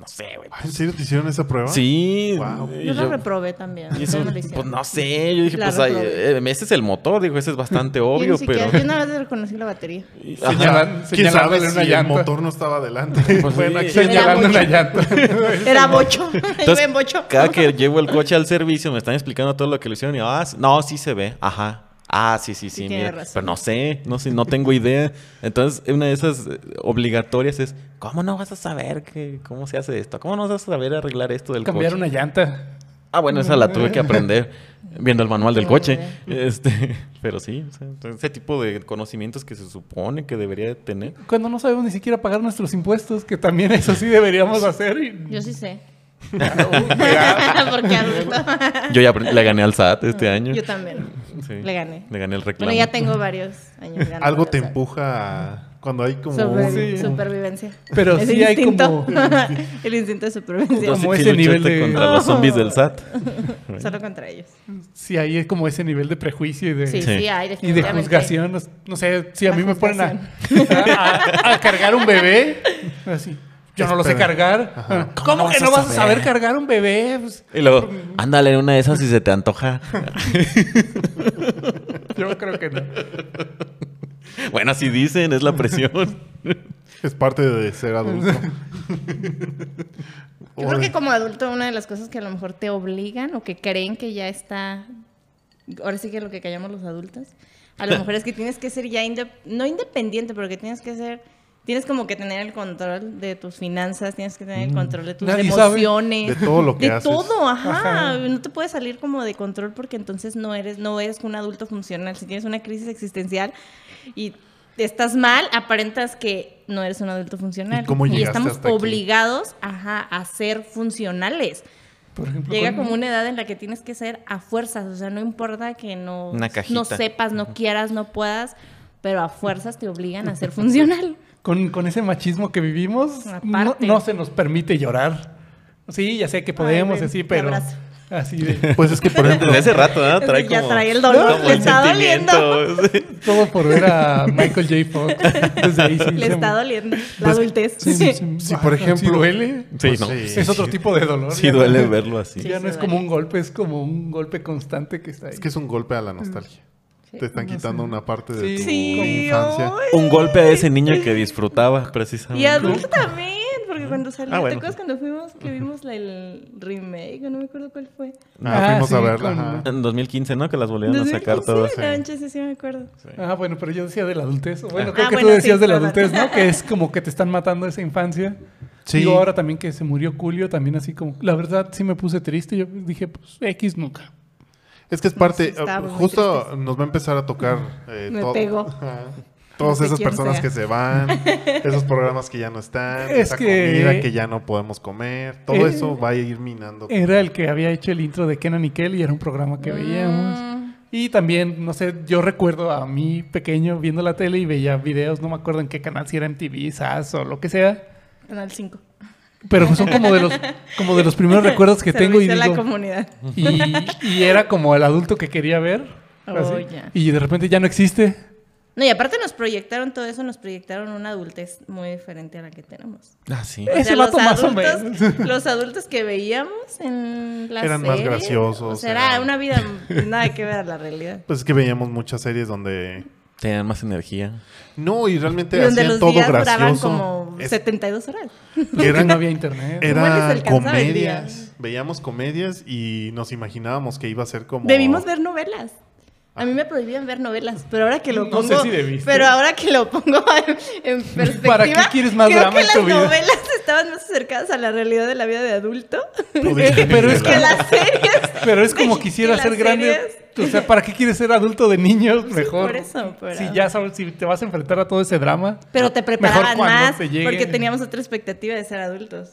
Speaker 3: No sé, güey.
Speaker 1: Ah, ¿En serio te hicieron esa prueba?
Speaker 3: Sí.
Speaker 1: Wow.
Speaker 3: y
Speaker 4: Yo lo
Speaker 3: yo-
Speaker 4: reprobé también.
Speaker 3: y eso,
Speaker 4: yo no lo hice.
Speaker 3: pues no sé, yo dije,
Speaker 4: La
Speaker 3: pues ay,
Speaker 4: reprobé.
Speaker 3: eh, ese es el motor, dijo, ese es bastante
Speaker 4: Yo ni
Speaker 3: obvio,
Speaker 4: siquiera-
Speaker 3: pero...
Speaker 4: Yo una vez reconocí la batería.
Speaker 3: y-
Speaker 1: Señala-
Speaker 3: ajá.
Speaker 1: ¿Quién sabe
Speaker 2: señalándole
Speaker 1: si
Speaker 2: una
Speaker 1: el
Speaker 2: llanta.
Speaker 1: motor no estaba adelante?
Speaker 3: Pues
Speaker 1: Bueno,
Speaker 3: sí.
Speaker 1: aquí-
Speaker 2: Señalando una llanta.
Speaker 4: Era bocho. Iba
Speaker 3: Entonces,
Speaker 4: en bocho.
Speaker 3: Cada que llevo el coche al servicio me están explicando todo lo que le hicieron y ah, s- no, sí se ve, ajá. Ah, sí, sí,
Speaker 4: Sí,
Speaker 3: sí,
Speaker 4: tiene
Speaker 3: mira.
Speaker 4: razón.
Speaker 3: Pero no sé, no sé, no tengo idea. Entonces, una de esas eh, obligatorias es, ¿cómo no vas a saber que, cómo se hace esto? ¿Cómo no vas a saber arreglar esto del
Speaker 2: Cambiar
Speaker 3: coche?
Speaker 2: una llanta.
Speaker 3: Ah, bueno, esa la tuve que aprender viendo el manual del
Speaker 4: Qué
Speaker 3: coche.
Speaker 4: barbaridad.
Speaker 3: Este, pero sí, o sea, ese tipo de conocimientos que se supone que debería de tener.
Speaker 2: Cuando no sabemos ni siquiera pagar nuestros impuestos, que también eso sí deberíamos hacer. y-
Speaker 4: Yo sí sé.
Speaker 2: Ya.
Speaker 4: Porque adulto.
Speaker 3: Yo ya apre- le gané al SAT este año.
Speaker 4: Ah. Yo también.
Speaker 3: Sí,
Speaker 4: le gané.
Speaker 3: Le gané el reclamo.
Speaker 4: Bueno, ya tengo varios años. ganando,
Speaker 1: Algo te
Speaker 4: o sea,
Speaker 1: empuja a- cuando hay como
Speaker 4: sobre-
Speaker 1: un-
Speaker 2: Sí.
Speaker 4: Supervivencia.
Speaker 2: Pero
Speaker 4: Es
Speaker 2: sí
Speaker 4: el
Speaker 2: hay
Speaker 4: instinto.
Speaker 2: como-
Speaker 4: el instinto de supervivencia.
Speaker 3: Entonces,
Speaker 2: Como
Speaker 3: sí
Speaker 2: ese nivel
Speaker 3: luchaste
Speaker 2: de-
Speaker 3: contra los zombies del SAT.
Speaker 4: Solo contra ellos.
Speaker 2: Sí, ahí es como ese nivel de prejuicio y de...
Speaker 4: Sí, sí,
Speaker 3: Sí.
Speaker 4: hay
Speaker 2: Y de
Speaker 4: definitivamente.
Speaker 2: juzgación, no, no sé, si a
Speaker 4: La
Speaker 2: mí me ponen a, a- a cargar un bebé, así, yo no lo sé
Speaker 1: Espera.
Speaker 2: cargar. Ah,
Speaker 1: Ajá.
Speaker 2: ¿Cómo, que no vas a saber cargar un bebé? Pues,
Speaker 3: Y luego, ándale una de esas si se te antoja.
Speaker 2: yo creo que no.
Speaker 3: bueno, así dicen, es la presión.
Speaker 1: Es parte de ser adulto.
Speaker 4: Yo creo que como adulto una de las cosas que a lo mejor te obligan o que creen que ya está, ahora sí que lo que callamos los adultos, a lo mejor es que tienes que ser ya, inde- no independiente, pero que tienes que ser, tienes como que tener el control de tus finanzas, tienes que tener el control de tus
Speaker 2: Mm. Nadie sabe
Speaker 4: emociones.
Speaker 1: de todo lo que
Speaker 4: de
Speaker 1: haces.
Speaker 4: todo, ajá.
Speaker 2: Ajá.
Speaker 4: No te puedes salir como de control porque entonces no eres, no eres un adulto funcional. Si tienes una crisis existencial y estás mal, aparentas que no eres un adulto funcional.
Speaker 1: ¿Y cómo llegaste
Speaker 4: estamos
Speaker 1: hasta aquí?
Speaker 4: obligados, ajá, a ser funcionales.
Speaker 2: Por ejemplo,
Speaker 4: Llega
Speaker 2: con-
Speaker 4: como una edad en la que tienes que ser a fuerzas, o sea, no importa que no,
Speaker 3: Una cajita.
Speaker 4: no sepas, no quieras, no puedas, pero a fuerzas te obligan a ser funcional.
Speaker 2: con, con ese machismo que vivimos, no,
Speaker 4: Aparte.
Speaker 2: no se nos permite llorar. Sí, ya sé que podemos,
Speaker 4: ven,
Speaker 2: así,
Speaker 4: te
Speaker 2: pero
Speaker 4: abrazo.
Speaker 2: así de
Speaker 1: Pues es que, por ejemplo,
Speaker 3: Desde hace rato, ¿no? Trae
Speaker 4: Ya
Speaker 3: como,
Speaker 4: trae el dolor,
Speaker 3: como
Speaker 4: le
Speaker 3: el
Speaker 4: está
Speaker 3: sentimiento. Sí.
Speaker 2: todo por ver a Michael J. Fox. Desde ahí sí
Speaker 4: Le
Speaker 2: se-
Speaker 4: está doliendo la
Speaker 1: Pues,
Speaker 4: adultez.
Speaker 2: sí, sí, sí.
Speaker 1: Si,
Speaker 2: Ajá,
Speaker 1: por ejemplo-
Speaker 2: duele,
Speaker 3: Sí,
Speaker 1: Pues
Speaker 3: no.
Speaker 1: sí.
Speaker 2: es otro tipo de dolor.
Speaker 3: Sí
Speaker 2: ya no-
Speaker 3: duele verlo así.
Speaker 2: ya
Speaker 4: Sí,
Speaker 2: no es
Speaker 4: duele.
Speaker 2: como un golpe, es como un golpe constante que está ahí.
Speaker 1: es que es un golpe a la nostalgia. Te están quitando una parte de
Speaker 2: Sí.
Speaker 1: tu
Speaker 4: Sí,
Speaker 1: infancia.
Speaker 4: ay.
Speaker 3: Un golpe a ese niño que disfrutaba, precisamente.
Speaker 4: Y adulto también, porque cuando salió,
Speaker 3: Ah,
Speaker 4: ¿te
Speaker 3: bueno.
Speaker 4: acuerdas cuando fuimos que vimos la- el remake? No me acuerdo cuál fue.
Speaker 1: Ah,
Speaker 2: Ah,
Speaker 1: fuimos a
Speaker 2: sí,
Speaker 1: verla.
Speaker 2: con-
Speaker 1: ajá.
Speaker 3: En 2015, ¿no? Que las volvieron a sacar
Speaker 4: 2015,
Speaker 3: todas.
Speaker 4: no manches, sí, sí me acuerdo.
Speaker 2: Ah, bueno, pero yo decía de la adultez. Bueno, creo
Speaker 4: Ah,
Speaker 2: que
Speaker 4: bueno,
Speaker 2: tú
Speaker 4: sí,
Speaker 2: decías de la
Speaker 4: perdón.
Speaker 2: adultez, ¿no? Que es como que te están matando esa infancia.
Speaker 1: Sí.
Speaker 2: Digo, ahora también que se murió Julio, también así como... La verdad, sí me puse triste. Yo dije, pues, X nunca.
Speaker 1: Es que es parte,
Speaker 4: Sí, estábamos muy
Speaker 1: justo nos va a empezar a tocar eh,
Speaker 4: Me
Speaker 1: todo-
Speaker 4: pegó.
Speaker 1: Ajá. Todas
Speaker 4: De
Speaker 1: esas
Speaker 4: quién
Speaker 1: personas
Speaker 4: sea.
Speaker 1: que se van, esos programas que ya no están,
Speaker 2: Es
Speaker 1: esa
Speaker 2: que-
Speaker 1: comida que ya no podemos comer, todo
Speaker 2: Eh,
Speaker 1: eso va a ir minando.
Speaker 2: Era el que había hecho el intro de Kenan y Kelly, era un programa que veíamos.
Speaker 4: Mm,
Speaker 2: Y también, no sé, yo recuerdo a mí pequeño viendo la tele y veía videos, no me acuerdo en qué canal, si era MTV, SAS o lo que sea.
Speaker 4: Canal 5.
Speaker 2: Pero son como de los, como de los primeros recuerdos que tengo y
Speaker 4: Servicio a la
Speaker 2: digo,
Speaker 4: comunidad.
Speaker 2: y, y era como el adulto que quería ver.
Speaker 4: Oh,
Speaker 2: así.
Speaker 4: ya.
Speaker 2: Y de repente ya no existe.
Speaker 4: No, y aparte nos proyectaron todo eso, nos proyectaron una adultez muy diferente a la que tenemos.
Speaker 3: Ah, sí.
Speaker 4: O
Speaker 2: Ese
Speaker 4: sea, los
Speaker 2: vato más o
Speaker 4: adultos-
Speaker 2: menos.
Speaker 4: Los adultos que veíamos en la
Speaker 1: Eran más
Speaker 4: serie,
Speaker 1: graciosos,
Speaker 4: O sea, era
Speaker 1: eran-
Speaker 4: una vida nada que ver a la realidad.
Speaker 1: Pues es que veíamos muchas series donde...
Speaker 3: Tenían más energía.
Speaker 1: No, y realmente
Speaker 4: Y donde
Speaker 1: hacían
Speaker 4: los
Speaker 1: todo
Speaker 4: días duraban
Speaker 1: gracioso.
Speaker 4: como
Speaker 1: Es-
Speaker 4: 72 horas.
Speaker 2: Porque
Speaker 1: Eran-
Speaker 2: no había internet.
Speaker 3: Eh,
Speaker 4: Igual les
Speaker 1: eran
Speaker 4: alcanzaba el día.
Speaker 1: comedias. Veíamos comedias y nos imaginábamos que iba a ser como...
Speaker 4: Debimos ver novelas. A mí me prohibían ver novelas, pero ahora que lo
Speaker 2: Ah. No
Speaker 4: pongo,
Speaker 2: sé si debiste.
Speaker 4: pero ahora que lo pongo en, en perspectiva,
Speaker 2: ¿Para qué quieres más
Speaker 4: creo
Speaker 2: drama
Speaker 4: que
Speaker 2: en
Speaker 4: las
Speaker 2: tu vida?
Speaker 4: novelas estaban más cercanas a la realidad de la vida de adulto
Speaker 1: Podrías
Speaker 2: Pero es
Speaker 1: verla.
Speaker 4: que las series.
Speaker 2: Pero es como
Speaker 4: de-
Speaker 2: quisiera
Speaker 4: de
Speaker 2: ser
Speaker 4: las
Speaker 2: grande. O sea, ¿para qué quieres ser adulto de niños? Mejor.
Speaker 4: por eso, pero-
Speaker 2: Si ya sabes, si te vas a enfrentar a todo ese drama.
Speaker 4: Pero te preparaban
Speaker 2: cuando
Speaker 4: más
Speaker 2: te llegue.
Speaker 4: porque teníamos otra expectativa de ser adultos.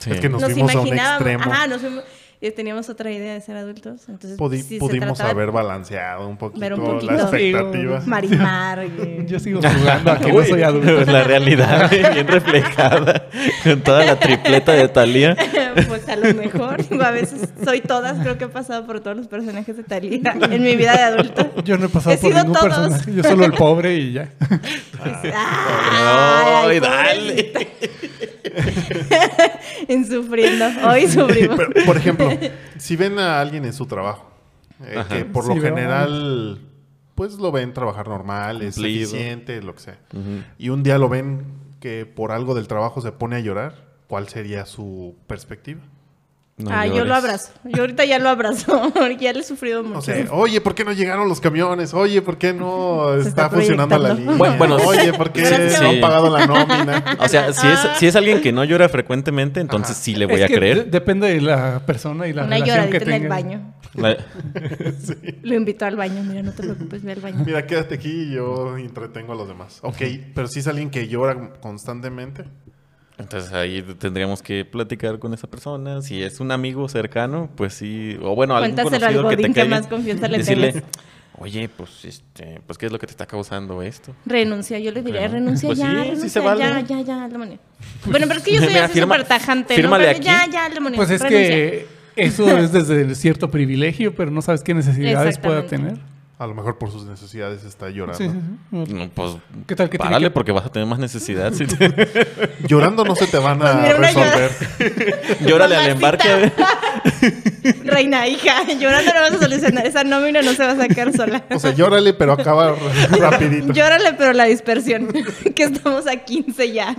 Speaker 3: Sí.
Speaker 1: Es que nos, fuimos a un extremo.
Speaker 4: ajá, nos fuimos- eh, teníamos otra idea de ser adultos. Entonces,
Speaker 1: Podi-
Speaker 4: si se
Speaker 1: pudimos
Speaker 4: trataba de
Speaker 1: haber balanceado un poquito,
Speaker 4: Ver un
Speaker 1: la
Speaker 4: poquito.
Speaker 1: expectativa.
Speaker 2: Digo,
Speaker 4: Marimar. y-
Speaker 2: Yo sigo jugando a que no
Speaker 3: Uy,
Speaker 2: soy adulto.
Speaker 3: La realidad eh, bien reflejada con toda la tripleta de Talía.
Speaker 4: pues a lo mejor, digo, a veces soy todas, creo que he pasado por todos los personajes de Talía en mi vida de adulto.
Speaker 2: Yo no he pasado
Speaker 4: He
Speaker 2: por
Speaker 4: sido
Speaker 2: ningún
Speaker 4: todos.
Speaker 2: personaje. Yo solo el pobre y ya.
Speaker 4: Ay, pobrecita. En sufriendo, hoy sufrimos.
Speaker 1: Pero, por ejemplo, si ven a alguien en su trabajo, eh, que por lo
Speaker 2: Sí, veo.
Speaker 1: general, pues lo ven trabajar normal, es
Speaker 3: Cumplido.
Speaker 1: eficiente, lo que sea.
Speaker 3: Ujú.
Speaker 1: Y un día lo ven que por algo del trabajo se pone a llorar, ¿cuál sería su perspectiva?
Speaker 3: No
Speaker 4: ah, yo
Speaker 3: llores.
Speaker 4: lo abrazo. Yo ahorita ya lo abrazo. porque Ya le he sufrido mucho.
Speaker 1: O sea, oye, ¿por qué no llegaron los camiones? Oye, ¿por qué no
Speaker 4: Se
Speaker 1: está,
Speaker 4: está
Speaker 1: funcionando la
Speaker 4: proyectando.
Speaker 1: línea?
Speaker 3: Bueno, bueno,
Speaker 1: oye, ¿por qué
Speaker 3: sí.
Speaker 1: no han pagado la nómina?
Speaker 3: O sea, si es,
Speaker 4: Ah.
Speaker 3: si es alguien que no llora frecuentemente, entonces
Speaker 1: Ajá.
Speaker 3: sí le voy
Speaker 2: Es
Speaker 3: a
Speaker 2: que de-
Speaker 3: creer.
Speaker 2: depende de la persona y la
Speaker 4: Una
Speaker 2: relación que
Speaker 4: lloradita en
Speaker 2: tenga.
Speaker 4: el baño.
Speaker 3: La-
Speaker 4: Lo invito al baño. Mira, no te preocupes, ve al baño.
Speaker 1: Mira, quédate aquí y yo entretengo a los demás. Ok, pero si es alguien que llora constantemente,
Speaker 3: Entonces ahí tendríamos que platicar con esa persona. Si es un amigo cercano, pues sí. O bueno, algún
Speaker 4: Cuéntaselo al
Speaker 3: conocido que te
Speaker 4: Godín que,
Speaker 3: caiga.
Speaker 4: más confianza le
Speaker 3: Decirle,
Speaker 4: tengas.
Speaker 3: oye, pues, este, pues, ¿qué es lo que te está causando esto?
Speaker 4: Renuncia, yo le diré,
Speaker 3: Bueno,
Speaker 4: renuncia
Speaker 3: pues
Speaker 4: ya,
Speaker 3: sí, sí
Speaker 4: renuncia
Speaker 3: se vale.
Speaker 4: ya, ya, ya, demonio. Bueno, pero es que yo soy
Speaker 3: Mira,
Speaker 4: así
Speaker 3: firma-
Speaker 4: súper tajante, ¿no?
Speaker 3: fírmale
Speaker 4: Pero
Speaker 3: aquí.
Speaker 4: Ya, ya, demonio,
Speaker 2: Pues es
Speaker 4: renuncia.
Speaker 2: que eso es desde cierto privilegio, pero no sabes qué necesidades pueda tener.
Speaker 4: Exactamente.
Speaker 1: a lo mejor por sus necesidades está llorando.
Speaker 2: Sí, sí, sí.
Speaker 3: No, pues,
Speaker 2: ¿Qué tal que tiene
Speaker 3: párale
Speaker 2: que-
Speaker 3: porque vas a tener más necesidad. si te-
Speaker 1: Llorando no se te van
Speaker 4: Pues
Speaker 1: a
Speaker 4: mira, una
Speaker 1: resolver.
Speaker 3: Llórale al
Speaker 4: Mamacita.
Speaker 3: embarque. a ver.
Speaker 4: Reina, hija, llorando no vas a solucionar. Esa nómina no se va a sacar sola.
Speaker 1: O sea, llórale, pero acaba r- rapidito.
Speaker 4: Llórale, pero la dispersión. que estamos a 15 ya.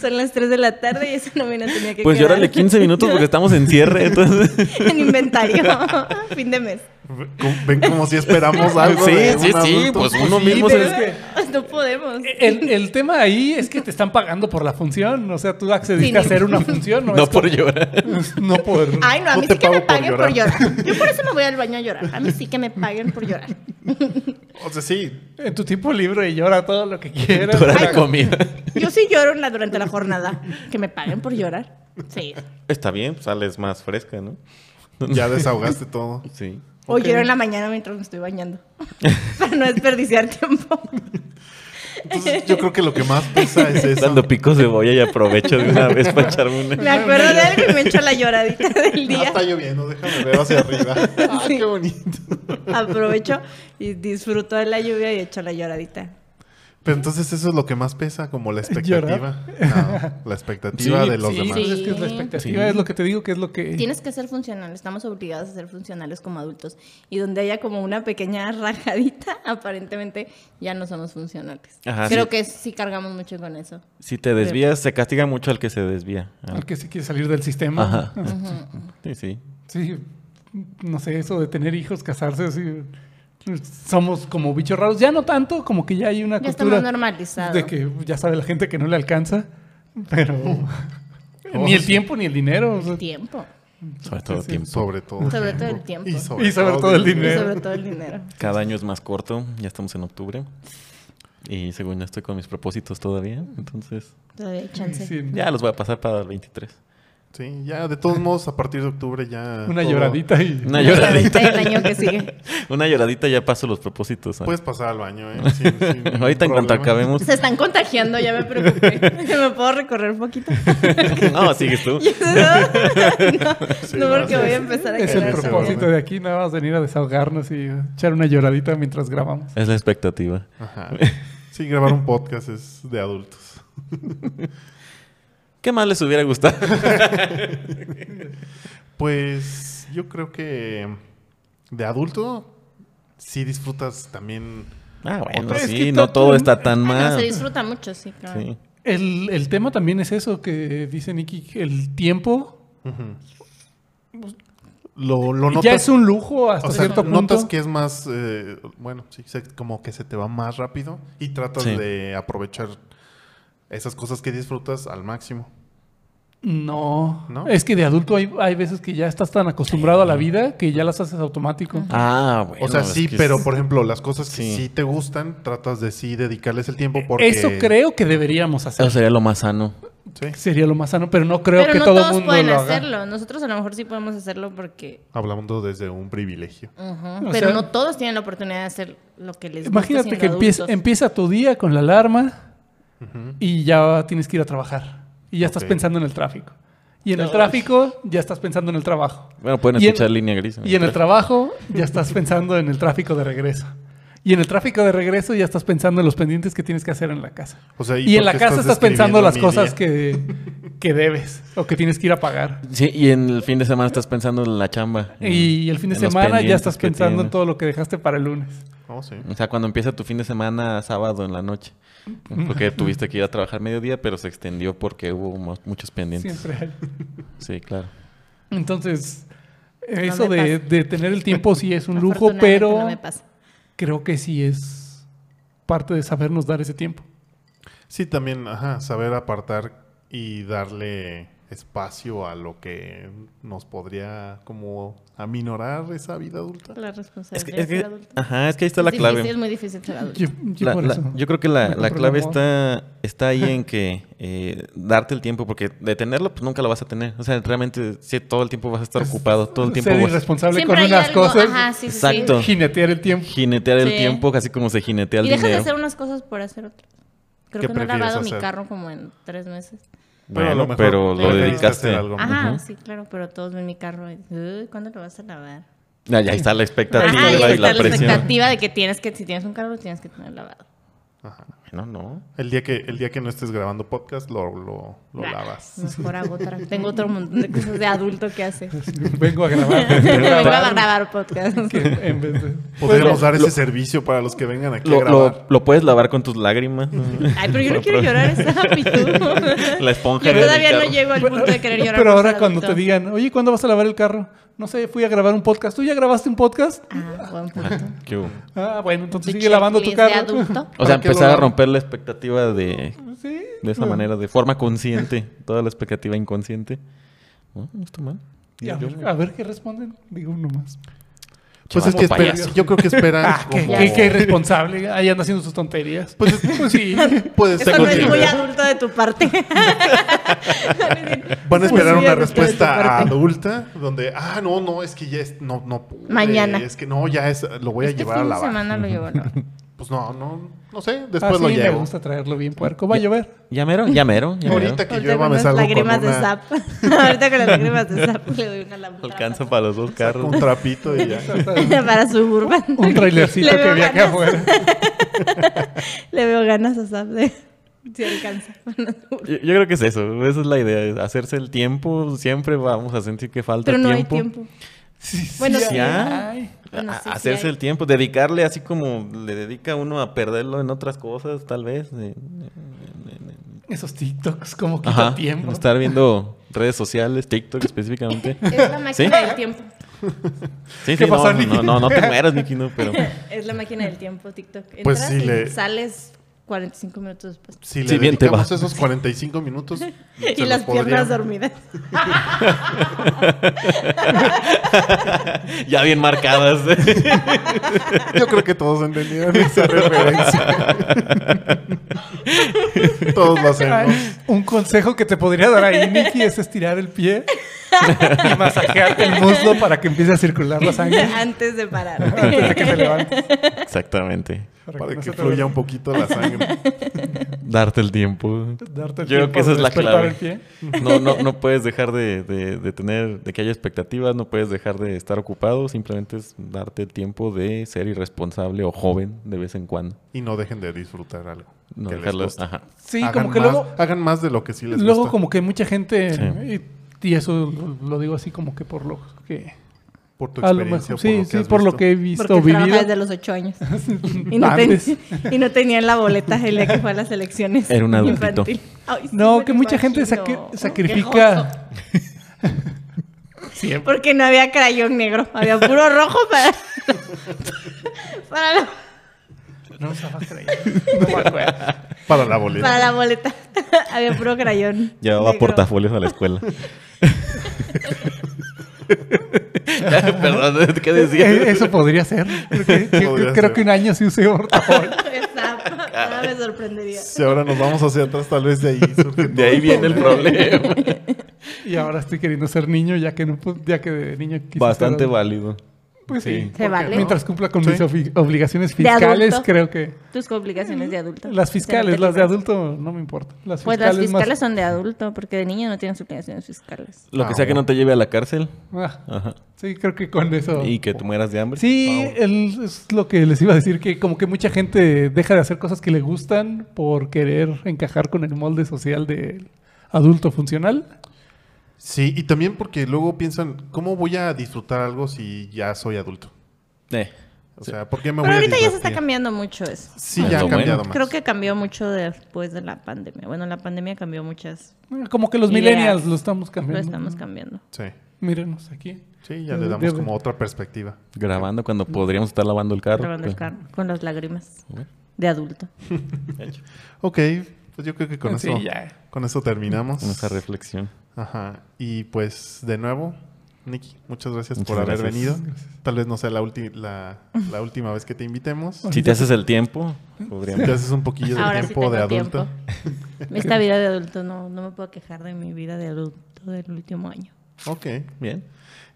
Speaker 4: Son las 3 de la tarde y esa nómina tenía que
Speaker 3: Pues
Speaker 4: quedar
Speaker 3: llórale 15 minutos porque estamos en cierre. Entonces...
Speaker 4: en inventario. fin de mes.
Speaker 1: Ven- Ven como si esperamos Pues, algo.
Speaker 3: Sí,
Speaker 1: de un
Speaker 3: sí, sí,
Speaker 1: adulto.
Speaker 3: pues uno
Speaker 2: Sí,
Speaker 3: mismo
Speaker 2: pero
Speaker 3: se-
Speaker 2: es
Speaker 4: pues, No podemos.
Speaker 1: Eh,
Speaker 2: que el, el tema ahí es que te están pagando por la función. O sea, tú accediste
Speaker 4: Sí,
Speaker 2: a
Speaker 4: ni-
Speaker 2: hacer una función, no,
Speaker 3: No,
Speaker 2: es
Speaker 3: por llorar.
Speaker 2: como- no por.
Speaker 4: Ay, no, a
Speaker 1: No
Speaker 4: mí
Speaker 1: te
Speaker 4: sí que me
Speaker 1: pago por
Speaker 4: paguen por llorar. Yo por eso me voy al baño a llorar. A mí sí que me paguen por llorar.
Speaker 1: O sea, sí.
Speaker 2: En tu tiempo libre y llora todo lo que quieras.
Speaker 3: Hora de
Speaker 4: Ay.
Speaker 3: comida.
Speaker 4: Yo sí lloro en la- durante la jornada. Que me paguen por llorar. Sí.
Speaker 3: Está bien, sales más fresca, ¿no?
Speaker 1: Ya desahogaste todo.
Speaker 3: Sí.
Speaker 4: O lloro en la mañana mientras me estoy bañando. Para no desperdiciar tiempo.
Speaker 1: Entonces, yo creo que lo que más pesa es eso.
Speaker 3: Dando picos de boya y aprovecho de una vez para echarme una.
Speaker 4: Me acuerdo de algo y me echo la lloradita del
Speaker 1: Ah,
Speaker 4: día.
Speaker 1: está lloviendo, déjame ver hacia arriba. Ah,
Speaker 4: Sí.
Speaker 1: qué bonito.
Speaker 4: Aprovecho y disfruto de la lluvia y echo la lloradita.
Speaker 1: Pero entonces eso es lo que más pesa, como la expectativa. No, la expectativa
Speaker 3: Sí,
Speaker 1: de los
Speaker 2: sí,
Speaker 1: demás.
Speaker 2: pues es que es la expectativa,
Speaker 3: Sí.
Speaker 2: es lo que te digo que es lo que.
Speaker 4: Tienes que ser funcional, estamos obligados a ser funcionales como adultos. Y donde haya como una pequeña rajadita, aparentemente ya no somos funcionales.
Speaker 3: Ajá,
Speaker 4: Creo
Speaker 3: sí.
Speaker 4: que sí cargamos mucho con eso.
Speaker 3: Si te desvías, se castiga mucho al que se desvía.
Speaker 2: Al que se quiere salir del sistema.
Speaker 3: Ajá. Sí, sí.
Speaker 2: Sí, no sé, eso de tener hijos, casarse, sí. Somos como bichos raros, ya no tanto, como que ya hay una
Speaker 4: Ya
Speaker 2: cultura
Speaker 4: estamos normalizados.
Speaker 2: de que ya sabe la gente que no le alcanza, pero
Speaker 1: Oh,
Speaker 2: ni el
Speaker 1: sí.
Speaker 2: tiempo ni el dinero. o sea,
Speaker 4: Tiempo.
Speaker 3: Sobre todo
Speaker 2: Sí.
Speaker 3: tiempo.
Speaker 1: Sobre todo.
Speaker 4: Sobre todo el tiempo.
Speaker 1: Y sobre,
Speaker 2: Y sobre todo el
Speaker 4: Y
Speaker 2: dinero.
Speaker 4: sobre todo el dinero.
Speaker 3: Cada año es más corto. Ya estamos en octubre. Y según yo estoy con mis propósitos todavía, entonces
Speaker 4: Todavía hay chance.
Speaker 2: Sí,
Speaker 3: ya los voy a pasar para el 23.
Speaker 1: Sí, ya de todos modos, a partir de octubre ya.
Speaker 2: Una
Speaker 1: todo-
Speaker 2: lloradita y...
Speaker 3: Oh. Una lloradita.
Speaker 4: Lloradita el año que sigue.
Speaker 3: Una lloradita ya paso los propósitos. ¿ah?
Speaker 1: Puedes pasar al baño, ¿eh? Sin- sin
Speaker 3: Ahorita en
Speaker 1: problema.
Speaker 3: cuanto acabemos.
Speaker 4: Se están contagiando, ya me preocupé. ¿Me puedo recorrer un poquito?
Speaker 3: No, sigues tú.
Speaker 4: no,
Speaker 1: Sí,
Speaker 4: no, porque
Speaker 1: no,
Speaker 4: voy
Speaker 1: sí,
Speaker 4: a empezar a
Speaker 2: Es
Speaker 1: quedarse,
Speaker 2: el
Speaker 4: quedar
Speaker 1: ¿no?
Speaker 2: propósito de aquí, nada más venir a desahogarnos y echar una lloradita mientras grabamos.
Speaker 3: Es la expectativa.
Speaker 1: Ajá. Sí, grabar un podcast es de adultos.
Speaker 3: ¿Qué más les hubiera gustado?
Speaker 1: Pues yo creo que de adulto sí disfrutas también.
Speaker 3: Ah, bueno,
Speaker 2: Otra- Es
Speaker 3: sí,
Speaker 2: que
Speaker 3: no
Speaker 2: tanto-
Speaker 3: todo está tan
Speaker 4: Ah, no, se
Speaker 3: mal.
Speaker 4: disfruta mucho, sí, claro.
Speaker 3: Sí.
Speaker 2: El, el tema también es eso que dice Nicky, que el tiempo
Speaker 1: Ujú. Lo, lo notas.
Speaker 2: ya es un lujo hasta
Speaker 1: o sea,
Speaker 2: cierto punto.
Speaker 1: notas que es más. eh, bueno, sí, se- como que se te va más rápido y tratas
Speaker 3: Sí.
Speaker 1: de aprovechar esas cosas que disfrutas al máximo.
Speaker 2: No,
Speaker 1: ¿No?
Speaker 2: es que de adulto hay, hay veces que ya estás tan acostumbrado a la vida que ya las haces automático.
Speaker 3: Ah, bueno.
Speaker 1: O sea,
Speaker 3: es
Speaker 1: sí,
Speaker 3: que es-
Speaker 1: pero por ejemplo, las cosas que sí.
Speaker 3: Sí.
Speaker 1: te gustan, tratas de sí dedicarles el tiempo porque.
Speaker 2: E-, Eso creo que deberíamos hacer.
Speaker 3: Eso sería lo más sano.
Speaker 1: Sí,
Speaker 2: Sería lo más sano, pero no creo
Speaker 4: Pero
Speaker 2: que
Speaker 4: no
Speaker 2: todo
Speaker 4: todos
Speaker 2: mundo
Speaker 4: pueden
Speaker 2: lo haga.
Speaker 4: hacerlo. Nosotros a lo mejor sí podemos hacerlo porque...
Speaker 1: hablando desde un privilegio.
Speaker 4: ujú,
Speaker 2: O
Speaker 4: Pero
Speaker 2: sea-
Speaker 4: no todos tienen la oportunidad de hacer lo que les gusta
Speaker 2: Imagínate
Speaker 4: siendo
Speaker 2: que empieza,
Speaker 4: adultos.
Speaker 2: empieza tu día con la alarma
Speaker 1: Ujú.
Speaker 2: y ya tienes que ir a trabajar. Y ya estás
Speaker 1: Ok.
Speaker 2: pensando en el tráfico. Y en el tráfico ya estás pensando en el trabajo.
Speaker 3: Bueno, pueden
Speaker 2: Y en-
Speaker 3: escuchar línea gris.
Speaker 2: Y en el trabajo ya estás pensando en el tráfico de regreso. Y en el tráfico de regreso ya estás pensando en los pendientes que tienes que hacer en la casa.
Speaker 1: O sea,
Speaker 2: Y, en la
Speaker 1: porque
Speaker 2: casa estás
Speaker 1: describiendo
Speaker 2: pensando las
Speaker 1: mi
Speaker 2: cosas
Speaker 1: día?
Speaker 2: que, que debes o que tienes que ir a pagar.
Speaker 3: Sí, y en el fin de semana estás pensando en la chamba.
Speaker 2: Y el fin de
Speaker 3: Mm. en los
Speaker 2: semana ya
Speaker 3: pendientes
Speaker 2: estás
Speaker 3: que
Speaker 2: pensando en
Speaker 3: tienes.
Speaker 2: todo lo que dejaste para el lunes.
Speaker 1: Oh, sí.
Speaker 3: O sea, cuando empieza tu fin de semana sábado en la noche. Porque tuviste que ir a trabajar mediodía, pero se extendió porque hubo mo- muchos pendientes.
Speaker 2: Siempre hay.
Speaker 3: Sí, claro.
Speaker 2: Entonces,
Speaker 4: me
Speaker 2: eso de,
Speaker 4: pasa.
Speaker 2: de tener el tiempo sí es un lujo,
Speaker 4: Afortunadamente
Speaker 2: pero
Speaker 4: no me pasa.
Speaker 2: creo que sí es parte de sabernos dar ese tiempo.
Speaker 1: Sí, también, ajá, saber apartar y darle espacio a lo que nos podría como aminorar esa vida adulta.
Speaker 4: La
Speaker 3: Es que,
Speaker 4: responsabilidad
Speaker 3: es que-
Speaker 4: de ser adulto.
Speaker 3: ajá, es que ahí está la
Speaker 4: Es
Speaker 3: clave.
Speaker 4: difícil, es muy difícil ser adulto.
Speaker 2: Yo, yo
Speaker 3: La-
Speaker 2: por
Speaker 3: la-
Speaker 2: eso.
Speaker 3: yo creo que la,
Speaker 2: me
Speaker 3: la
Speaker 2: compré
Speaker 3: clave
Speaker 2: el amor.
Speaker 3: está, está ahí en que eh, darte el tiempo, porque de tenerlo, pues nunca lo vas a tener. O sea, realmente sí, todo el tiempo vas a estar ocupado, todo el tiempo
Speaker 2: Ser
Speaker 3: vas a
Speaker 2: irresponsable
Speaker 4: Siempre
Speaker 2: con
Speaker 4: hay
Speaker 2: unas
Speaker 4: algo,
Speaker 2: cosas,
Speaker 4: ajá, sí, sí, sí.
Speaker 3: Exacto.
Speaker 2: jinetear el tiempo.
Speaker 3: jinetear el
Speaker 4: Sí.
Speaker 3: tiempo, así como se jinetea el
Speaker 4: Y dejas de
Speaker 3: dinero.
Speaker 4: hacer unas cosas por hacer otras. Creo
Speaker 1: ¿Qué
Speaker 4: que no he
Speaker 1: prefieres
Speaker 4: lavado mi
Speaker 1: hacer?
Speaker 4: carro como en tres meses.
Speaker 1: a
Speaker 3: Bueno,
Speaker 1: mejor
Speaker 3: pero lo
Speaker 1: preferiste
Speaker 3: dedicaste.
Speaker 1: hacer algo.
Speaker 4: Ajá,
Speaker 3: Ujú.
Speaker 4: sí, claro, pero todos ven mi carro y "Uy, ¿cuándo lo vas a lavar?
Speaker 3: Ah, ya ahí está la expectativa
Speaker 4: Ajá, y
Speaker 3: y
Speaker 4: está
Speaker 3: la
Speaker 4: la
Speaker 3: presión.
Speaker 4: expectativa de que tienes que, si tienes un carro, lo tienes que tener lavado.
Speaker 1: Ajá.
Speaker 3: Bueno, no.
Speaker 1: El día que el día que no estés grabando podcast lo lo, lo
Speaker 4: Nah,
Speaker 1: lavas.
Speaker 4: Mejor hago otra. Tengo otro montón de cosas de adulto que hacer.
Speaker 2: Vengo a grabar.
Speaker 4: Vengo
Speaker 2: Vengo a
Speaker 4: a
Speaker 2: grabar.
Speaker 4: grabar podcast.
Speaker 2: Que en vez de-
Speaker 4: Pues,
Speaker 1: Podríamos
Speaker 3: lo-
Speaker 1: dar ese
Speaker 3: lo-
Speaker 1: servicio para los que vengan aquí a
Speaker 3: Lo,
Speaker 1: grabar.
Speaker 3: lo- lo puedes lavar con tus lágrimas.
Speaker 4: Ay, pero yo no quiero llorar, está rápido.
Speaker 3: la esponja.
Speaker 4: Yo
Speaker 3: del
Speaker 4: todavía no
Speaker 3: carro.
Speaker 4: llego al punto de querer llorar.
Speaker 2: Pero
Speaker 4: por
Speaker 2: ahora
Speaker 4: ser
Speaker 2: cuando
Speaker 4: adulto.
Speaker 2: te digan, oye, ¿cuándo vas a lavar el carro? No sé, fui a grabar un podcast. ¿Tú ya grabaste un podcast?
Speaker 4: Ah, buen punto.
Speaker 3: ¿Qué hubo?
Speaker 2: Ah, bueno, entonces
Speaker 4: Tu
Speaker 2: sigue lavando tu
Speaker 4: checklist de
Speaker 2: carro.
Speaker 4: adulto.
Speaker 3: O sea,
Speaker 1: ¿Para qué lo
Speaker 3: empezar a
Speaker 1: lavas?
Speaker 3: romper la expectativa de,
Speaker 2: Sí.
Speaker 3: de esa manera, de forma consciente, toda la expectativa inconsciente. No, no está mal.
Speaker 2: Y a, ver, a ver qué responden. Digo uno más.
Speaker 1: pues es
Speaker 3: Chavo
Speaker 1: que espera-
Speaker 3: payaso. Ah,
Speaker 1: yo creo que esperan
Speaker 2: ¿Qué,
Speaker 1: como-
Speaker 2: qué- qué irresponsable. Ahí anda haciendo sus tonterías.
Speaker 1: Pues es-
Speaker 2: Pues sí.
Speaker 1: puede
Speaker 4: Eso
Speaker 1: ser
Speaker 4: no es
Speaker 1: que-
Speaker 4: muy adulto de tu parte.
Speaker 1: Van a
Speaker 4: Eso no
Speaker 1: esperar
Speaker 4: es muy
Speaker 1: una
Speaker 4: adulto de tu
Speaker 1: respuesta
Speaker 4: parte.
Speaker 1: adulta donde, ah, no, no, es que ya es, no, no. pude,
Speaker 4: Mañana.
Speaker 1: Es que no, ya es, lo voy a
Speaker 4: Este
Speaker 1: llevar a
Speaker 4: fin de
Speaker 1: lavar.
Speaker 4: semana lo llevo a lavar.
Speaker 1: Pues no, no, no sé, después
Speaker 2: Así
Speaker 1: lo
Speaker 2: Ah, me
Speaker 1: llevo.
Speaker 2: gusta traerlo bien puerco. Va a llover.
Speaker 3: ¿Ya mero? ¿Ya mero? ¿Ya mero?
Speaker 1: Ahorita que
Speaker 4: Ahorita
Speaker 1: llueva
Speaker 4: con
Speaker 1: me
Speaker 4: las
Speaker 1: salgo con
Speaker 4: lágrimas de
Speaker 1: una,
Speaker 4: zap. Ahorita con las lágrimas de zap le doy una lámpara.
Speaker 3: Alcanza para los dos
Speaker 1: saco
Speaker 3: carros.
Speaker 1: un trapito y ya.
Speaker 4: Para Suburban.
Speaker 2: Un trailercito
Speaker 4: Le
Speaker 2: que
Speaker 4: veo
Speaker 2: vi acá
Speaker 4: ganas.
Speaker 2: afuera.
Speaker 4: Le veo ganas a zap de... Si alcanza.
Speaker 3: Yo, yo creo que es eso. Esa es la idea. es Hacerse el tiempo. Siempre vamos a sentir que falta
Speaker 4: Pero no
Speaker 3: tiempo.
Speaker 4: hay tiempo.
Speaker 2: Sí,
Speaker 4: Bueno, sí.
Speaker 3: Ya.
Speaker 2: ay.
Speaker 4: Bueno,
Speaker 3: A-
Speaker 4: sí, sí
Speaker 3: hacerse
Speaker 4: hay.
Speaker 3: el tiempo, dedicarle así como le dedica uno a perderlo en otras cosas, tal vez. eh,
Speaker 2: Esos TikToks, como quita
Speaker 3: Ajá.
Speaker 2: tiempo.
Speaker 3: Estar viendo redes sociales, TikTok específicamente.
Speaker 4: Es la máquina
Speaker 3: ¿Sí?
Speaker 4: del tiempo.
Speaker 3: Sí,
Speaker 2: ¿Qué
Speaker 3: sí,
Speaker 2: pasó,
Speaker 3: no,
Speaker 2: Nicky?
Speaker 3: no, no, no te mueras, Nicky, no, pero
Speaker 4: Es la máquina del tiempo, TikTok. Entras
Speaker 1: Pues sí,
Speaker 4: y
Speaker 1: le-
Speaker 4: sales 45 minutos después.
Speaker 1: Si le
Speaker 3: Sí, bien te va.
Speaker 1: dedicamos esos 45 minutos, se
Speaker 4: Y
Speaker 1: los
Speaker 4: las piernas
Speaker 1: podría-
Speaker 4: dormidas.
Speaker 3: ya bien marcadas.
Speaker 1: Yo creo que todos entendieron esa referencia. todos lo hacemos.
Speaker 2: Un consejo que te podría dar ahí, Nicky, es estirar el pie y masajearte el muslo para que empiece a circular la sangre
Speaker 4: Antes de parar.
Speaker 2: antes de que te levantes.
Speaker 3: Exactamente.
Speaker 1: Para
Speaker 2: no
Speaker 1: que
Speaker 2: se te
Speaker 1: fluya
Speaker 2: vea.
Speaker 1: un poquito la sangre.
Speaker 3: Darte el tiempo.
Speaker 2: Darte el
Speaker 3: Yo creo
Speaker 2: tiempo
Speaker 3: que esa
Speaker 2: de
Speaker 3: es la
Speaker 2: despertar
Speaker 3: clave.
Speaker 2: el pie.
Speaker 3: No, no, no puedes dejar de, de- de tener, de que haya expectativas, no puedes dejar de estar ocupado, simplemente es darte el tiempo de ser irresponsable o joven de vez en cuando.
Speaker 1: Y no dejen de disfrutar algo.
Speaker 3: No
Speaker 1: que les
Speaker 3: dejarlos.
Speaker 1: guste.
Speaker 3: Ajá.
Speaker 2: Sí,
Speaker 1: hagan,
Speaker 2: como que
Speaker 1: más,
Speaker 2: luego,
Speaker 1: hagan más de lo que sí les
Speaker 2: luego
Speaker 1: gusta.
Speaker 2: como que mucha gente,
Speaker 3: Sí.
Speaker 2: y, y eso lo, lo digo así como que por lo que...
Speaker 1: por tu
Speaker 2: A lo
Speaker 1: experiencia,
Speaker 2: mejor,
Speaker 1: por
Speaker 2: sí,
Speaker 1: lo que
Speaker 2: sí,
Speaker 1: has
Speaker 2: por lo
Speaker 1: visto.
Speaker 2: que he visto,
Speaker 4: Porque trabaja
Speaker 2: vivido.
Speaker 4: desde los 8 años. Y no, ten-
Speaker 2: Antes.
Speaker 4: y no tenían la boleta el día que fue a las elecciones.
Speaker 3: Era un adultito.
Speaker 4: infantil. Ay, sí,
Speaker 2: No,
Speaker 4: me
Speaker 2: que
Speaker 4: lo
Speaker 2: mucha gente
Speaker 4: imagino.
Speaker 2: saque-
Speaker 4: Qué gozo.
Speaker 2: sacrifica. Siempre.
Speaker 4: Porque no había crayón negro, había puro rojo para. para, la,
Speaker 2: No estaba creyendo. No me acuerdo.
Speaker 1: Para la boleta.
Speaker 4: para la boleta. había puro crayón.
Speaker 3: Llevaba
Speaker 4: negro.
Speaker 3: portafolios a la escuela. Ya, Perdón, ¿qué
Speaker 2: Eh,
Speaker 3: decía?
Speaker 2: Eso podría ser. porque yo
Speaker 1: Podría
Speaker 2: creo creo
Speaker 1: ser.
Speaker 2: que un año sí usé portafolios.
Speaker 4: Exacto, Nada me sorprendería.
Speaker 1: Si ahora nos vamos hacia atrás, tal vez de ahí surge
Speaker 3: De ahí viene el problema.
Speaker 2: Y ahora estoy queriendo ser niño, ya que no pu- ya que de niño quise ser
Speaker 3: Bastante
Speaker 2: adulto.
Speaker 3: válido.
Speaker 2: Pues sí.
Speaker 3: Sí.
Speaker 4: Se vale.
Speaker 2: Mientras cumpla con
Speaker 1: Sí.
Speaker 2: mis obli- obligaciones
Speaker 4: De adulto.
Speaker 2: fiscales, creo que.
Speaker 4: Tus complicaciones de adulto.
Speaker 2: Las
Speaker 4: O sea, no
Speaker 2: fiscales,
Speaker 4: te
Speaker 2: las de
Speaker 4: libras.
Speaker 2: adulto no me importa. Las
Speaker 4: Pues las
Speaker 2: fiscales,
Speaker 4: fiscales
Speaker 2: más.
Speaker 4: son de adulto, porque de niño no tienes obligaciones fiscales.
Speaker 3: Lo que
Speaker 1: Ah,
Speaker 3: sea que
Speaker 1: bueno.
Speaker 3: no te lleve a la cárcel.
Speaker 2: Ah,
Speaker 3: Ajá.
Speaker 2: sí, creo que con eso.
Speaker 3: Y que te mueras de hambre.
Speaker 2: Sí, el- es lo que les iba a decir, que como que mucha gente deja de hacer cosas que le gustan por querer encajar con el molde social del adulto funcional.
Speaker 1: Sí, y también porque luego piensan, ¿cómo voy a disfrutar algo si ya soy adulto?
Speaker 3: Eh.
Speaker 1: O
Speaker 3: Sí.
Speaker 1: sea, ¿por qué me voy
Speaker 4: Pero ahorita
Speaker 1: a
Speaker 4: ya se
Speaker 1: divertir?
Speaker 4: está cambiando mucho eso.
Speaker 1: Sí,
Speaker 3: Es
Speaker 1: ya
Speaker 3: lo
Speaker 1: ha cambiado más.
Speaker 4: Creo que cambió mucho después de la pandemia. Bueno, la pandemia cambió muchas.
Speaker 2: Eh, Como que los
Speaker 4: Ideas.
Speaker 2: millennials lo estamos
Speaker 4: Lo
Speaker 2: cambiando.
Speaker 4: estamos cambiando.
Speaker 1: Sí.
Speaker 2: Mírenos aquí.
Speaker 1: Sí, ya
Speaker 2: De-
Speaker 1: le damos
Speaker 2: de-
Speaker 1: como otra perspectiva.
Speaker 3: Grabando cuando podríamos estar lavando el carro. pues,
Speaker 4: Grabando el carro con las lágrimas
Speaker 3: Bueno.
Speaker 4: de adulto.
Speaker 1: Ok, pues yo creo que con,
Speaker 2: Sí,
Speaker 1: eso,
Speaker 2: ya.
Speaker 1: con eso terminamos.
Speaker 3: Con esa reflexión.
Speaker 1: Ajá. Y pues de nuevo, Nicky, muchas gracias
Speaker 3: Muchas
Speaker 1: por haber
Speaker 3: gracias.
Speaker 1: venido. Tal vez no sea la, ulti- la, la última vez que te invitemos.
Speaker 3: Si te haces el tiempo, podríamos.
Speaker 1: Te haces un poquillo de
Speaker 4: Ahora sí
Speaker 1: tiempo
Speaker 4: tengo
Speaker 1: de adulto.
Speaker 4: tiempo. Esta vida de adulto no, no me puedo quejar de mi vida de adulto del último año.
Speaker 1: Ok.
Speaker 3: Bien.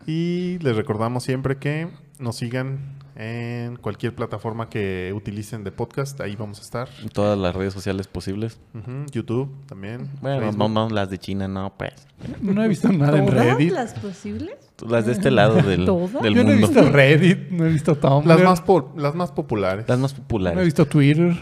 Speaker 1: Y les recordamos siempre que nos sigan en cualquier plataforma que utilicen de podcast. Ahí vamos a estar.
Speaker 3: En todas las redes sociales posibles.
Speaker 1: Ujú, YouTube también.
Speaker 3: Bueno,
Speaker 1: Facebook.
Speaker 3: no, no, las de China, no, pues.
Speaker 2: No he visto nada Ah, en
Speaker 4: ¿Todas
Speaker 2: Reddit.
Speaker 4: las posibles?
Speaker 3: Las de este lado del,
Speaker 4: ¿Todas?
Speaker 3: del
Speaker 2: Yo no he
Speaker 3: mundo.
Speaker 2: visto Reddit, no he visto Tumblr,
Speaker 1: Las, más po- las más populares.
Speaker 3: Las más
Speaker 2: no he
Speaker 3: populares.
Speaker 2: visto Twitter.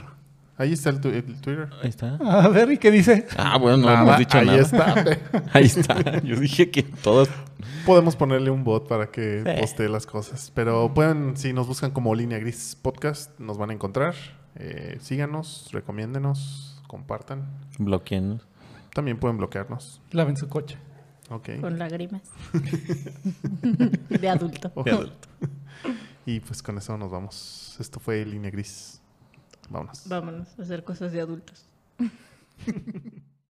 Speaker 1: Ahí está el, tu- el Twitter.
Speaker 3: Ahí está.
Speaker 2: A ver, ¿y qué dice?
Speaker 3: Ah, bueno, no
Speaker 1: Nada,
Speaker 3: hemos dicho
Speaker 1: ahí
Speaker 3: nada.
Speaker 1: está.
Speaker 3: Ahí está. Yo dije que todas.
Speaker 1: Podemos ponerle un bot para que
Speaker 3: Sí.
Speaker 1: postee las cosas. Pero pueden, si nos buscan como Línea Gris Podcast, nos van a encontrar. Eh, síganos, recomiéndenos, compartan.
Speaker 3: Bloquean.
Speaker 1: También pueden bloquearnos.
Speaker 2: Laven su coche.
Speaker 1: Ok.
Speaker 4: Con lágrimas. de adulto.
Speaker 1: Ok. Y pues con eso nos vamos. Esto fue Línea Gris. Vámonos.
Speaker 4: Vámonos a hacer cosas de adultos.